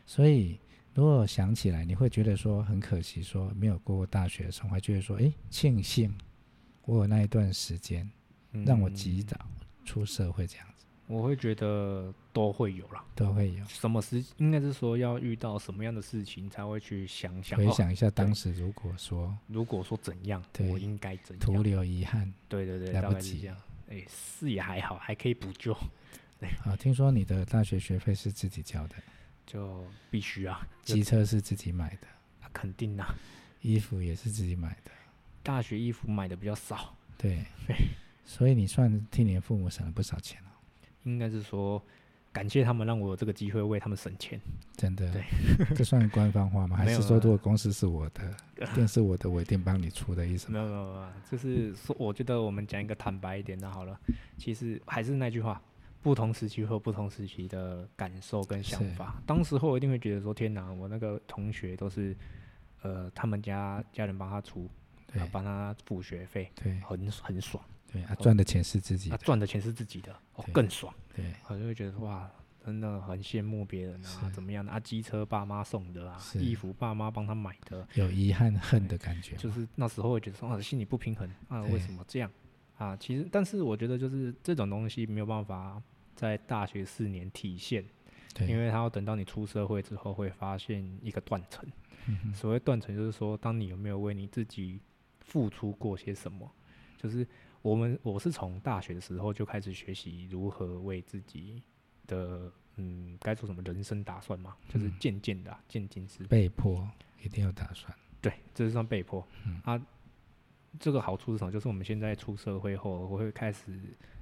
Speaker 1: 所以如果想起来，你会觉得说很可惜，说没有过过大学的生活，觉得说，哎，庆幸我有那一段时间让我
Speaker 2: 嗯
Speaker 1: 及早出社会这样子。
Speaker 2: 我会觉得都会有啦。
Speaker 1: 都会有。
Speaker 2: 什么时应该是说要遇到什么样的事情才会去想想，
Speaker 1: 回
Speaker 2: 哦、
Speaker 1: 想一下当
Speaker 2: 对
Speaker 1: 时，如果说
Speaker 2: 如果说怎样，
Speaker 1: 对
Speaker 2: 我应该怎
Speaker 1: 徒
Speaker 2: 样？
Speaker 1: 留遗憾
Speaker 2: 对对对，
Speaker 1: 来
Speaker 2: 大
Speaker 1: 不
Speaker 2: 概是
Speaker 1: 及
Speaker 2: 这样。哎、是也还好，还可以补救，
Speaker 1: 啊，听说你的大学学费是自己交的，
Speaker 2: 就必须啊，就
Speaker 1: 机车是自己买的，
Speaker 2: 啊肯定啊。
Speaker 1: 衣服也是自己买的，
Speaker 2: 大学衣服买的比较少，
Speaker 1: 对，所以你算替你的父母省了不少钱哦，
Speaker 2: 应该是说感谢他们让我有这个机会为他们省钱。
Speaker 1: 真的
Speaker 2: 对。
Speaker 1: 这算官方 话吗？还
Speaker 2: 没
Speaker 1: 是
Speaker 2: 有
Speaker 1: 说，
Speaker 2: 啦
Speaker 1: 如果公司是我 的，店是我的，我一定帮你出的意思
Speaker 2: 没
Speaker 1: 吗？
Speaker 2: 有没有没有，就是说，我觉得我们讲一个坦白一点的好了。其实还是那句话，不同时期会有不同时期的感受跟想
Speaker 1: 是
Speaker 2: 法。当时候我一定会觉得说，天哪，我那个同学都是，呃，他们家家人帮他出，
Speaker 1: 对
Speaker 2: 啊帮他付学费，
Speaker 1: 对
Speaker 2: 很很爽。
Speaker 1: 对啊，赚的钱是自己
Speaker 2: 他
Speaker 1: 的，
Speaker 2: 赚的钱是自己的，哦，
Speaker 1: 对
Speaker 2: 更爽。
Speaker 1: 对，
Speaker 2: 我就会觉得哇，真的很羡慕别人啊，
Speaker 1: 是
Speaker 2: 怎么样的啊？机车爸妈送的啊，
Speaker 1: 是
Speaker 2: 衣服爸妈帮他买的，
Speaker 1: 有遗憾恨的感觉吗，
Speaker 2: 就是那时候会觉得说啊，心里不平衡啊，
Speaker 1: 对
Speaker 2: 为什么这样啊？其实，但是我觉得就是这种东西没有办法在大学四年体现，因
Speaker 1: 对，
Speaker 2: 为他要等到你出社会之后会发现一个断层。
Speaker 1: 嗯哼
Speaker 2: 所谓断层，就是说，当你有没有为你自己付出过些什么？就是我们，我是从大学的时候就开始学习如何为自己的，嗯，该做什么人生打算嘛，就是
Speaker 1: 嗯
Speaker 2: 渐渐的、啊，渐进式。
Speaker 1: 被迫一定要打算，
Speaker 2: 对，这是算被迫。
Speaker 1: 嗯
Speaker 2: 啊，这个好处是什么？就是我们现在出社会后，我会开始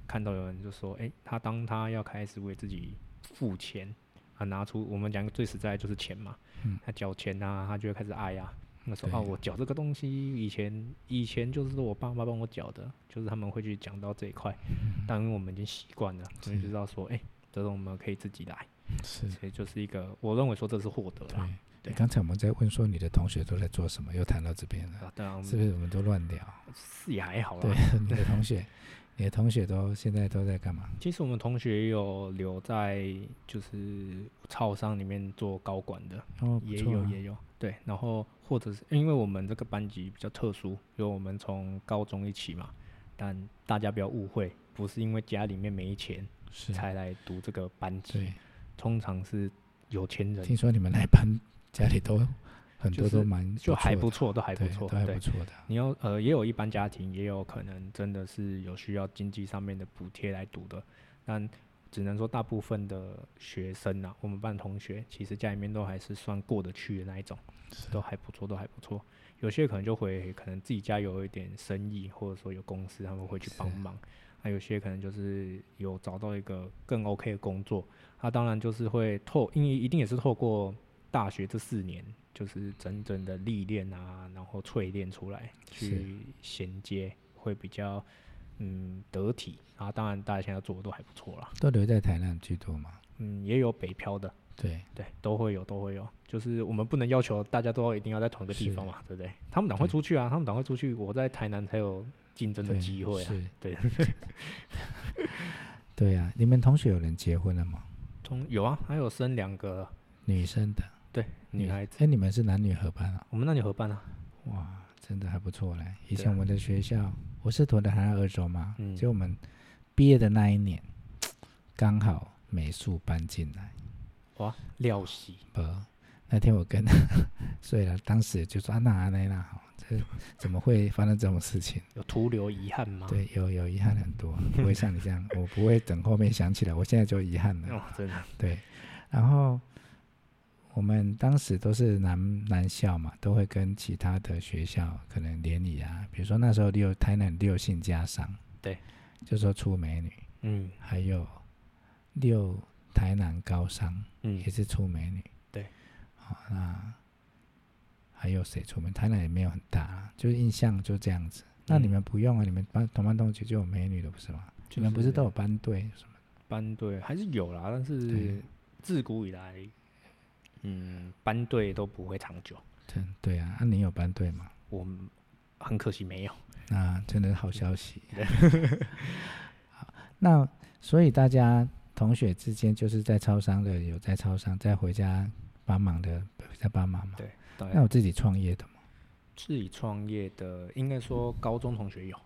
Speaker 2: 看到有人就说，诶，他当他要开始为自己付钱啊，拿出我们讲最实在的就是钱嘛，
Speaker 1: 嗯
Speaker 2: 他缴钱啊，他就会开始爱啊。那时候啊，
Speaker 1: 对
Speaker 2: 我缴这个东西，以前以前就是我爸妈帮我缴的，就是他们会去讲到这一块，但因为我们已经习惯了，所以
Speaker 1: 嗯是
Speaker 2: 就知道说，诶，这种我们可以自己来，
Speaker 1: 是
Speaker 2: 所以就是一个我认为说这是获得啦。
Speaker 1: 对。
Speaker 2: 对
Speaker 1: 刚才我们在问说你的同学都在做什么，又谈到这边了，
Speaker 2: 啊，当然我
Speaker 1: 是
Speaker 2: 们
Speaker 1: 不是我们都乱 聊？
Speaker 2: 是也还好啦
Speaker 1: 对，，你的同 学，你的同学都现在都在干嘛？
Speaker 2: 其实我们同学也有留在就是超商里面做高管的，
Speaker 1: 哦，不
Speaker 2: 也
Speaker 1: 错
Speaker 2: 有
Speaker 1: 啊
Speaker 2: 也有。对，然后或者是因为我们这个班级比较特殊，因为我们从高中一起嘛，但大家不要误会，不是因为家里面没钱
Speaker 1: 是，
Speaker 2: 才来读这个班级，
Speaker 1: 对。
Speaker 2: 通常是有钱人
Speaker 1: 听说你们来班家里都很
Speaker 2: 就
Speaker 1: 多都
Speaker 2: 是
Speaker 1: 蛮
Speaker 2: 就还不
Speaker 1: 错
Speaker 2: 错，都还
Speaker 1: 的，
Speaker 2: 不
Speaker 1: 对，
Speaker 2: 错，
Speaker 1: 都还
Speaker 2: 对
Speaker 1: 不。错的。
Speaker 2: 你要呃，也有一般家庭，也有可能真的是有需要经济上面的补贴来读的，但只能说大部分的学生啊，我们班同学其实家里面都还是算过得去的那一种，都还不错，都还不错。有些可能就回，可能自己家有一点生意，或者说有公司，他们会去帮
Speaker 1: 是
Speaker 2: 忙。那、有些可能就是有找到一个更 OK 的工作，他、当然就是会透，因为一定也是透过大学这四年，就是整整的历练啊，然后淬炼出来，
Speaker 1: 是
Speaker 2: 去衔接会比较嗯得体。然后当然大家现在做的都还不错啦，
Speaker 1: 都留在台南居多嘛？
Speaker 2: 嗯，也有北漂的，
Speaker 1: 对，
Speaker 2: 对，都会有，都会有。就是我们不能要求大家都要一定要在同一个地
Speaker 1: 是
Speaker 2: 方嘛，对不对？他们党会
Speaker 1: 对
Speaker 2: 出去啊，他们党会出去，我在台南才有竞争的
Speaker 1: 对
Speaker 2: 机会啊。
Speaker 1: 是，
Speaker 2: 对，
Speaker 1: 对啊。你们同学有人结婚了吗？
Speaker 2: 从有啊，还有生两个
Speaker 1: 女生的
Speaker 2: 对女孩子，
Speaker 1: 哎，你们是男女合班啊？
Speaker 2: 我们那里合办啊，
Speaker 1: 哇，真的还不错嘞！以
Speaker 2: 对
Speaker 1: 前
Speaker 2: 啊
Speaker 1: 我们的学校，我是读的海南二中嘛，
Speaker 2: 嗯
Speaker 1: 就我们毕业的那一年，刚好美术班进来。
Speaker 2: 哇，廖喜，
Speaker 1: 不，那天我跟， 所以呢，当时就说啊，那那那好，这怎么会发生这种事 情？
Speaker 2: 有徒留遗憾吗？
Speaker 1: 对，有有遗憾很多，不会像你这样，我不会等后面想起来，我现在就遗憾了。
Speaker 2: 哦，真的，
Speaker 1: 对，然后我们当时都是男男校嘛，都会跟其他的学校可能联谊啊，比如说那时候六台南六性家商，
Speaker 2: 对，
Speaker 1: 就说出美女，
Speaker 2: 嗯
Speaker 1: 还有六台南高商
Speaker 2: 嗯
Speaker 1: 也，是出美女，
Speaker 2: 对，
Speaker 1: 好、那还有谁出门？台南也没有很大啊，就是印象就这样子。那你
Speaker 2: 嗯
Speaker 1: 们不用啊，你们班同班同学就有美女了，不是吗？
Speaker 2: 就
Speaker 1: 你们不是
Speaker 2: 是
Speaker 1: 都有班队什么？
Speaker 2: 班队还是有啦，但
Speaker 1: 对
Speaker 2: 是自古以来，嗯，班队都不会长久。
Speaker 1: 真对啊，啊，你有班队吗？
Speaker 2: 我们很可惜没有，
Speaker 1: 那啊真的是好消息。 好，那所以大家同学之间就是在超商的有在超商，在回家帮忙的在帮忙嘛。
Speaker 2: 对对
Speaker 1: 那有自己创业的吗？
Speaker 2: 自己创业的，应该说高中同学有，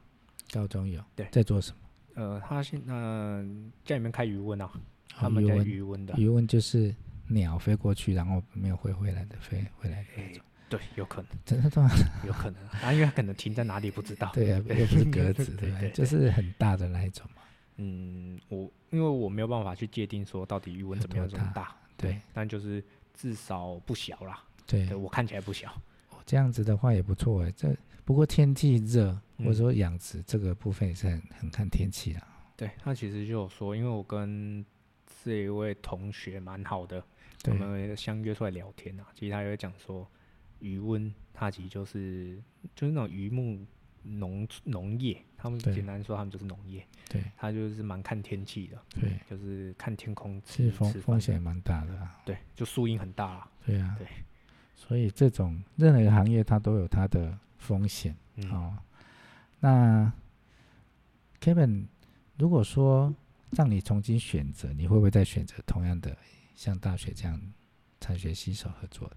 Speaker 1: 高中有
Speaker 2: 对
Speaker 1: 在做什么？
Speaker 2: 呃，他现呃家里面开余温啊，他
Speaker 1: 哦
Speaker 2: 们
Speaker 1: 余
Speaker 2: 家
Speaker 1: 温
Speaker 2: 余温的啊，
Speaker 1: 余温就是鸟飞过去，然后没有飞回来的，飞回来的那种。
Speaker 2: 哎对，有可能，
Speaker 1: 真的 吗？
Speaker 2: 有可能啊，因为他可能停在哪里不知道。
Speaker 1: 对啊，又不是鸽 子，
Speaker 2: 对
Speaker 1: 对不对？
Speaker 2: 对
Speaker 1: 就是很大的那一种嘛。
Speaker 2: 嗯，我因为我没有办法去界定说到底余温
Speaker 1: 有
Speaker 2: 怎么样
Speaker 1: 多
Speaker 2: 怎么
Speaker 1: 大
Speaker 2: 大，
Speaker 1: 对
Speaker 2: 但就是至少不小啦。
Speaker 1: 对
Speaker 2: 对，我看起来不小，
Speaker 1: 哦这样子的话也不错哎。这不过天气热，
Speaker 2: 嗯
Speaker 1: 或者说养殖这个部分也是很很看天气啦。
Speaker 2: 对他其实就有说，因为我跟这一位同学蛮好的，我
Speaker 1: 对
Speaker 2: 们相约出来聊天啊。其实他也会讲说，余温它其实就是就是那种渔牧农农业，他们
Speaker 1: 对
Speaker 2: 简单说他们就是农业，
Speaker 1: 对
Speaker 2: 他就是蛮看天气的，
Speaker 1: 对，
Speaker 2: 就是看天空
Speaker 1: 是
Speaker 2: 嗯吃
Speaker 1: 风
Speaker 2: 吃
Speaker 1: 风
Speaker 2: 饭
Speaker 1: 险也蛮大的啊。
Speaker 2: 对，就树荫很大啦。
Speaker 1: 对啊，
Speaker 2: 对
Speaker 1: 所以这种任何一个行业它都有它的风险。
Speaker 2: 嗯，
Speaker 1: 哦，那 Kevin，如果说让你重新选择，你会不会再选择同样的像大学这样产学携手合作的？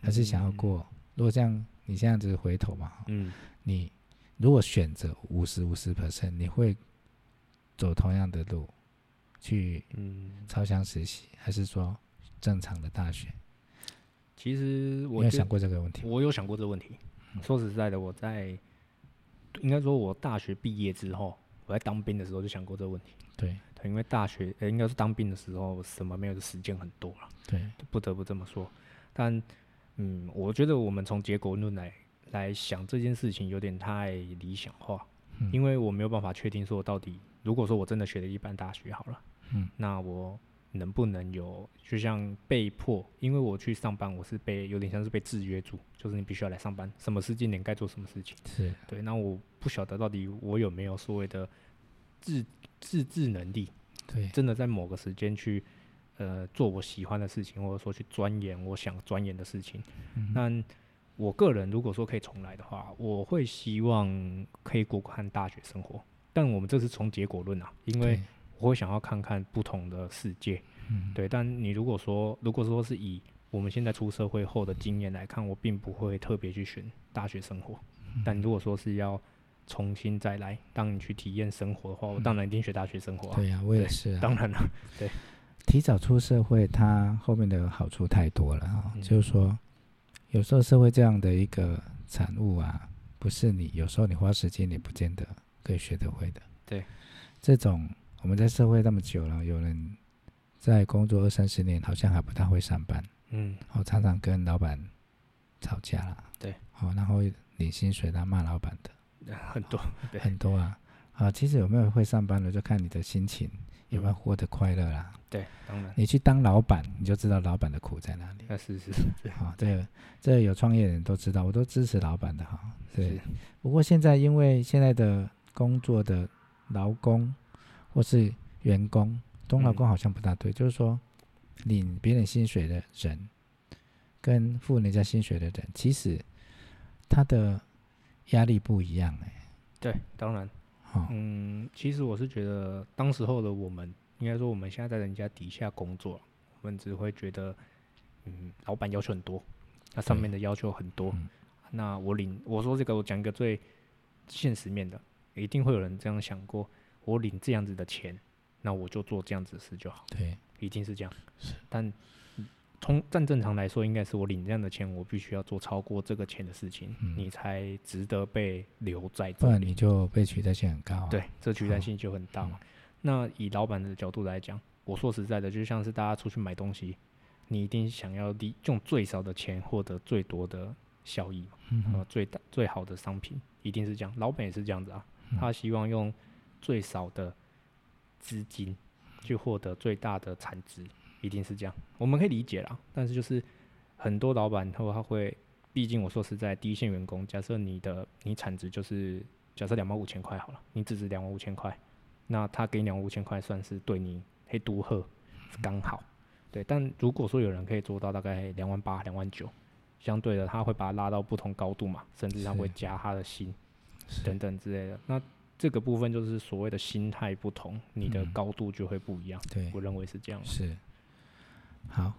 Speaker 1: 还是想要
Speaker 2: 嗯
Speaker 1: 过？如果这样，你现在只是回头嘛？哦
Speaker 2: 嗯，
Speaker 1: 你如果选择五十五十 percent，你会走同样的路去
Speaker 2: 嗯，
Speaker 1: 超强实习，还是说正常的大学？
Speaker 2: 其实
Speaker 1: 你
Speaker 2: 我
Speaker 1: 有
Speaker 2: 觉得
Speaker 1: 想过这嗯个问题吗？
Speaker 2: 我有想过这个问题。说实在的，我在应该说，我大学毕业之后，我在当兵的时候就想过这个问题。
Speaker 1: 对
Speaker 2: 对，因为大学呃，应该是当兵的时候，什么没有的时间很多了，
Speaker 1: 对
Speaker 2: 不得不这么说。但嗯，我觉得我们从结果论来来想这件事情，有点太理想化，
Speaker 1: 嗯
Speaker 2: 因为我没有办法确定说到底，如果说我真的学了一般大学好了，
Speaker 1: 嗯，
Speaker 2: 那我能不能有，就像被迫，因为我去上班，我是被有点像是被制约住，就是你必须要来上班，什么时间点该做什么事情。
Speaker 1: 是，
Speaker 2: 对，那我不晓得到底我有没有所谓的自自制能力，
Speaker 1: 对
Speaker 2: 真的在某个时间去呃做我喜欢的事情，或者说去钻研我想钻研的事情。
Speaker 1: 嗯
Speaker 2: 那我个人如果说可以重来的话，我会希望可以过看大学生活，但我们这是从结果论啊，因为
Speaker 1: 对
Speaker 2: 我会想要看看不同的世界。
Speaker 1: 嗯
Speaker 2: 对，但你如果说如果说是以我们现在出社会后的经验来看，我并不会特别去选大学生活。
Speaker 1: 嗯
Speaker 2: 但如果说是要重新再来，当你去体验生活的话，我当然一定选大学生活、
Speaker 1: 嗯
Speaker 2: 啊。
Speaker 1: 对呀、我也
Speaker 2: 对
Speaker 1: 是啊。
Speaker 2: 当然了，
Speaker 1: 提早出社会，它后面的好处太多了哈、
Speaker 2: 嗯
Speaker 1: 就是说，有时候社会这样的一个产物啊，不是你有时候你花时间，你不见得可以学得会的。
Speaker 2: 对，
Speaker 1: 这种我们在社会那么久了，有人在工作二三十年，好像还不大会上班，
Speaker 2: 嗯，
Speaker 1: 哦，常常跟老板吵架啦。
Speaker 2: 对，
Speaker 1: 哦，然后领薪水他骂老板的。
Speaker 2: 很多，对
Speaker 1: 很多啊。啊，其实有没有会上班的，就看你的心情 有没有活得快乐啦。
Speaker 2: 嗯对，当然，
Speaker 1: 你去当老板，你就知道老板的苦在哪里。
Speaker 2: 那是是，
Speaker 1: 好、这个这个有创业的人都知道，我都支持老板的哈。对
Speaker 2: 是，
Speaker 1: 不过现在因为现在的工作的劳工或是员工，东
Speaker 2: 嗯
Speaker 1: 劳工好像不大对，就是说领别人薪水的人跟付人家薪水的人，其实他的压力不一样哎、
Speaker 2: 对，当然，
Speaker 1: 好、
Speaker 2: 嗯，其实我是觉得当时候的我们，应该说我们现在在人家底下工作，我们只会觉得，嗯，老板要求很多，那上
Speaker 1: 对
Speaker 2: 面的要求很多
Speaker 1: 嗯，
Speaker 2: 那我领，我说这个，我讲一个最现实面的，一定会有人这样想过，我领这样子的钱，那我就做这样子的事就好。
Speaker 1: 对。
Speaker 2: 一定是这样。但从但正常来说，应该是我领这样的钱，我必须要做超过这个钱的事情，
Speaker 1: 嗯
Speaker 2: 你才值得被留在
Speaker 1: 不
Speaker 2: 这
Speaker 1: 然
Speaker 2: 里。
Speaker 1: 你就被取代性很高、啊。
Speaker 2: 对，这取代
Speaker 1: 好
Speaker 2: 性就很大
Speaker 1: 嗯
Speaker 2: 嘛。那以老板的角度来讲，我说实在的，就像是大家出去买东西，你一定想要利用最少的钱获得最多的效益嘛。
Speaker 1: 嗯
Speaker 2: 呃
Speaker 1: 哼，
Speaker 2: 最大最好的商品，一定是这样。老板也是这样子啊，
Speaker 1: 嗯
Speaker 2: 他希望用最少的资金去获得最大的产值，一定是这样。我们可以理解啦，但是就是很多老板后他会，毕竟我说实在，第一线员工，假设你的你产值就是假设两万五千块好了，你只值两万五千块，那他给你两万五千块算是对你黑独贺刚好。对，但如果说有人可以做到大概两万八、两万九，相对的，他会把它拉到不同高度嘛，甚至他
Speaker 1: 是
Speaker 2: 会加他的心
Speaker 1: 是
Speaker 2: 等等之类的。那这个部分就是所谓的心态不同，你的
Speaker 1: 嗯
Speaker 2: 高度就会不一样。
Speaker 1: 对，
Speaker 2: 我认为是这样。
Speaker 1: 是。好，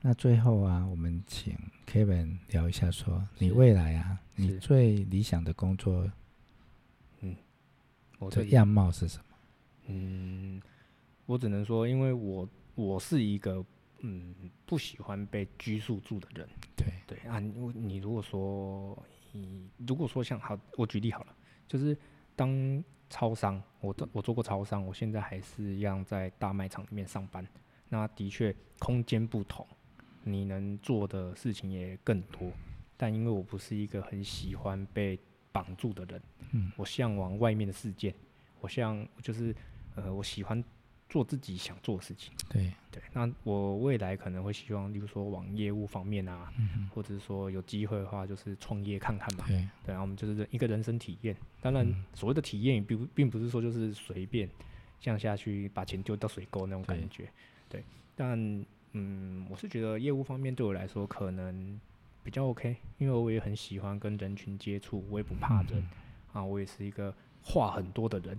Speaker 1: 那最后啊，我们请 Kevin 聊一下说你
Speaker 2: 是
Speaker 1: 未来啊，你
Speaker 2: 是
Speaker 1: 最理想的工作
Speaker 2: 我
Speaker 1: 的
Speaker 2: 这
Speaker 1: 样貌是什么？
Speaker 2: 嗯，我只能说，因为我我是一个嗯不喜欢被拘束住的人。
Speaker 1: 对，
Speaker 2: 对啊，你你如果说你如果说像好，我举例好了，就是当超商，我做我做过超商，我现在还是一样在大卖场里面上班。那的确空间不同，你能做的事情也更多。但因为我不是一个很喜欢被绑住的人，
Speaker 1: 嗯，
Speaker 2: 我向往外面的世界，我向就是呃，我喜欢做自己想做的事情。
Speaker 1: 对，
Speaker 2: 对，那我未来可能会希望，例如说往业务方面啊，
Speaker 1: 嗯哼，
Speaker 2: 或者是说有机会的话，就是创业看看嘛。
Speaker 1: 对，嗯
Speaker 2: 对啊，我们就是人一个人生体验。当然，所谓的体验也并不并不是说就是随便这样下去把钱丢到水沟那种感
Speaker 1: 对
Speaker 2: 觉。对，但嗯，我是觉得业务方面对我来说可能比较 OK，因为我也很喜欢跟人群接触，我也不
Speaker 1: 嗯
Speaker 2: 怕人、啊，我也是一个话很多的人。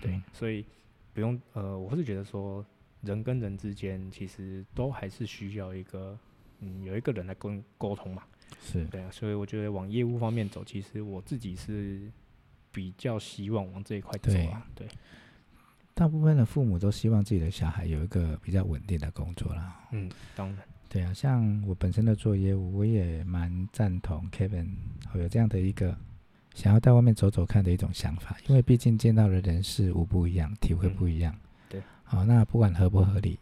Speaker 2: 对
Speaker 1: 嗯，
Speaker 2: 所以不用呃，我是觉得说人跟人之间其实都还是需要一个嗯有一个人来跟沟通嘛。
Speaker 1: 是，
Speaker 2: 对啊，所以我觉得往业务方面走，其实我自己是比较希望往这一块走啊。对，
Speaker 1: 大部分的父母都希望自己的小孩有一个比较稳定的工作啦。
Speaker 2: 嗯，当然，
Speaker 1: 对啊，像我本身的做业务，我也蛮赞同 Kevin 哦有这样的一个想要到外面走走看的一种想法，因为毕竟见到的人事物不一样，体会
Speaker 2: 嗯
Speaker 1: 不一样。
Speaker 2: 对，
Speaker 1: 好、那不管合不合理，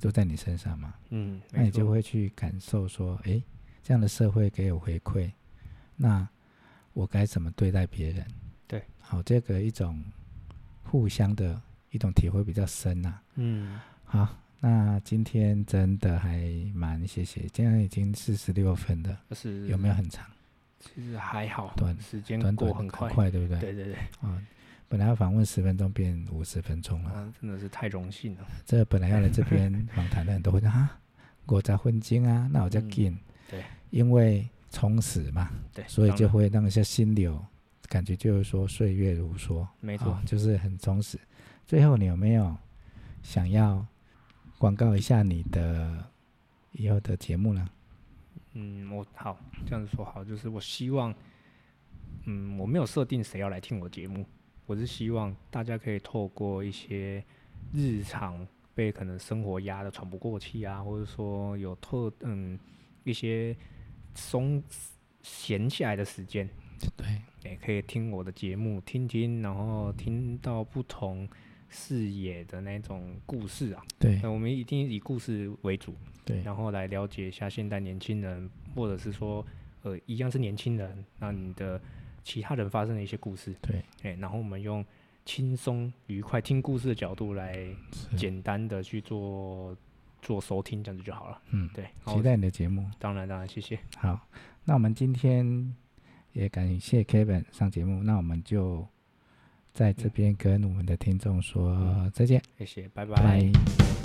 Speaker 1: 都在你身上嘛，
Speaker 2: 嗯，
Speaker 1: 那
Speaker 2: 没
Speaker 1: 你就
Speaker 2: 错，
Speaker 1: 会去感受说，诶，这样的社会给我回馈，那我该怎么对待别人？
Speaker 2: 对，
Speaker 1: 好、这个一种互相的一种体会比较深呐、
Speaker 2: 嗯，
Speaker 1: 好，那今天真的还蛮谢谢，今天已经是十六分了，
Speaker 2: 就是
Speaker 1: 有没有？很长？
Speaker 2: 其实还好，
Speaker 1: 短
Speaker 2: 时间
Speaker 1: 短短
Speaker 2: 嗯过
Speaker 1: 的很
Speaker 2: 快。
Speaker 1: 快，对不对？
Speaker 2: 对对对，
Speaker 1: 啊、本来要访问十分钟变五十分钟了，
Speaker 2: 啊，真的是太荣幸了。
Speaker 1: 这本来要来这 边访谈的人都会说啊，我在婚金啊，那我在
Speaker 2: 嗯
Speaker 1: 进、
Speaker 2: 对，
Speaker 1: 因为充实嘛，
Speaker 2: 对，
Speaker 1: 所以
Speaker 2: 当
Speaker 1: 就
Speaker 2: 然
Speaker 1: 会让一些心流，感觉就是说岁月如梭，
Speaker 2: 没
Speaker 1: 啊
Speaker 2: 错。
Speaker 1: 就是很充实。最后，你有没有想要广告一下你的以后的节目呢？
Speaker 2: 嗯，我好这样子说好，就是我希望，嗯，我没有设定谁要来听我节目，我是希望大家可以透过一些日常被可能生活压得喘不过气啊，或者说有特嗯一些松闲下来的时间，
Speaker 1: 对，
Speaker 2: 也可以听我的节目，听听，然后听到不同视野的那种故事啊。
Speaker 1: 对
Speaker 2: 那我们一定以故事为主，
Speaker 1: 对
Speaker 2: 然后来了解一下现代年轻人，或者是说，呃，一样是年轻人，那你的其他人发生的一些故事，
Speaker 1: 对，
Speaker 2: 哎，然后我们用轻松愉快听故事的角度来
Speaker 1: 是，
Speaker 2: 简单的去做做收听，这样子就好了。
Speaker 1: 嗯，
Speaker 2: 对，然
Speaker 1: 期
Speaker 2: 后
Speaker 1: 待你的节目。
Speaker 2: 当然当然，谢谢，
Speaker 1: 好，那我们今天也感谢 Kevin 上节目，那我们就嗯在这边跟我们的听众说再见，
Speaker 2: 谢谢，拜
Speaker 1: 嗯拜拜。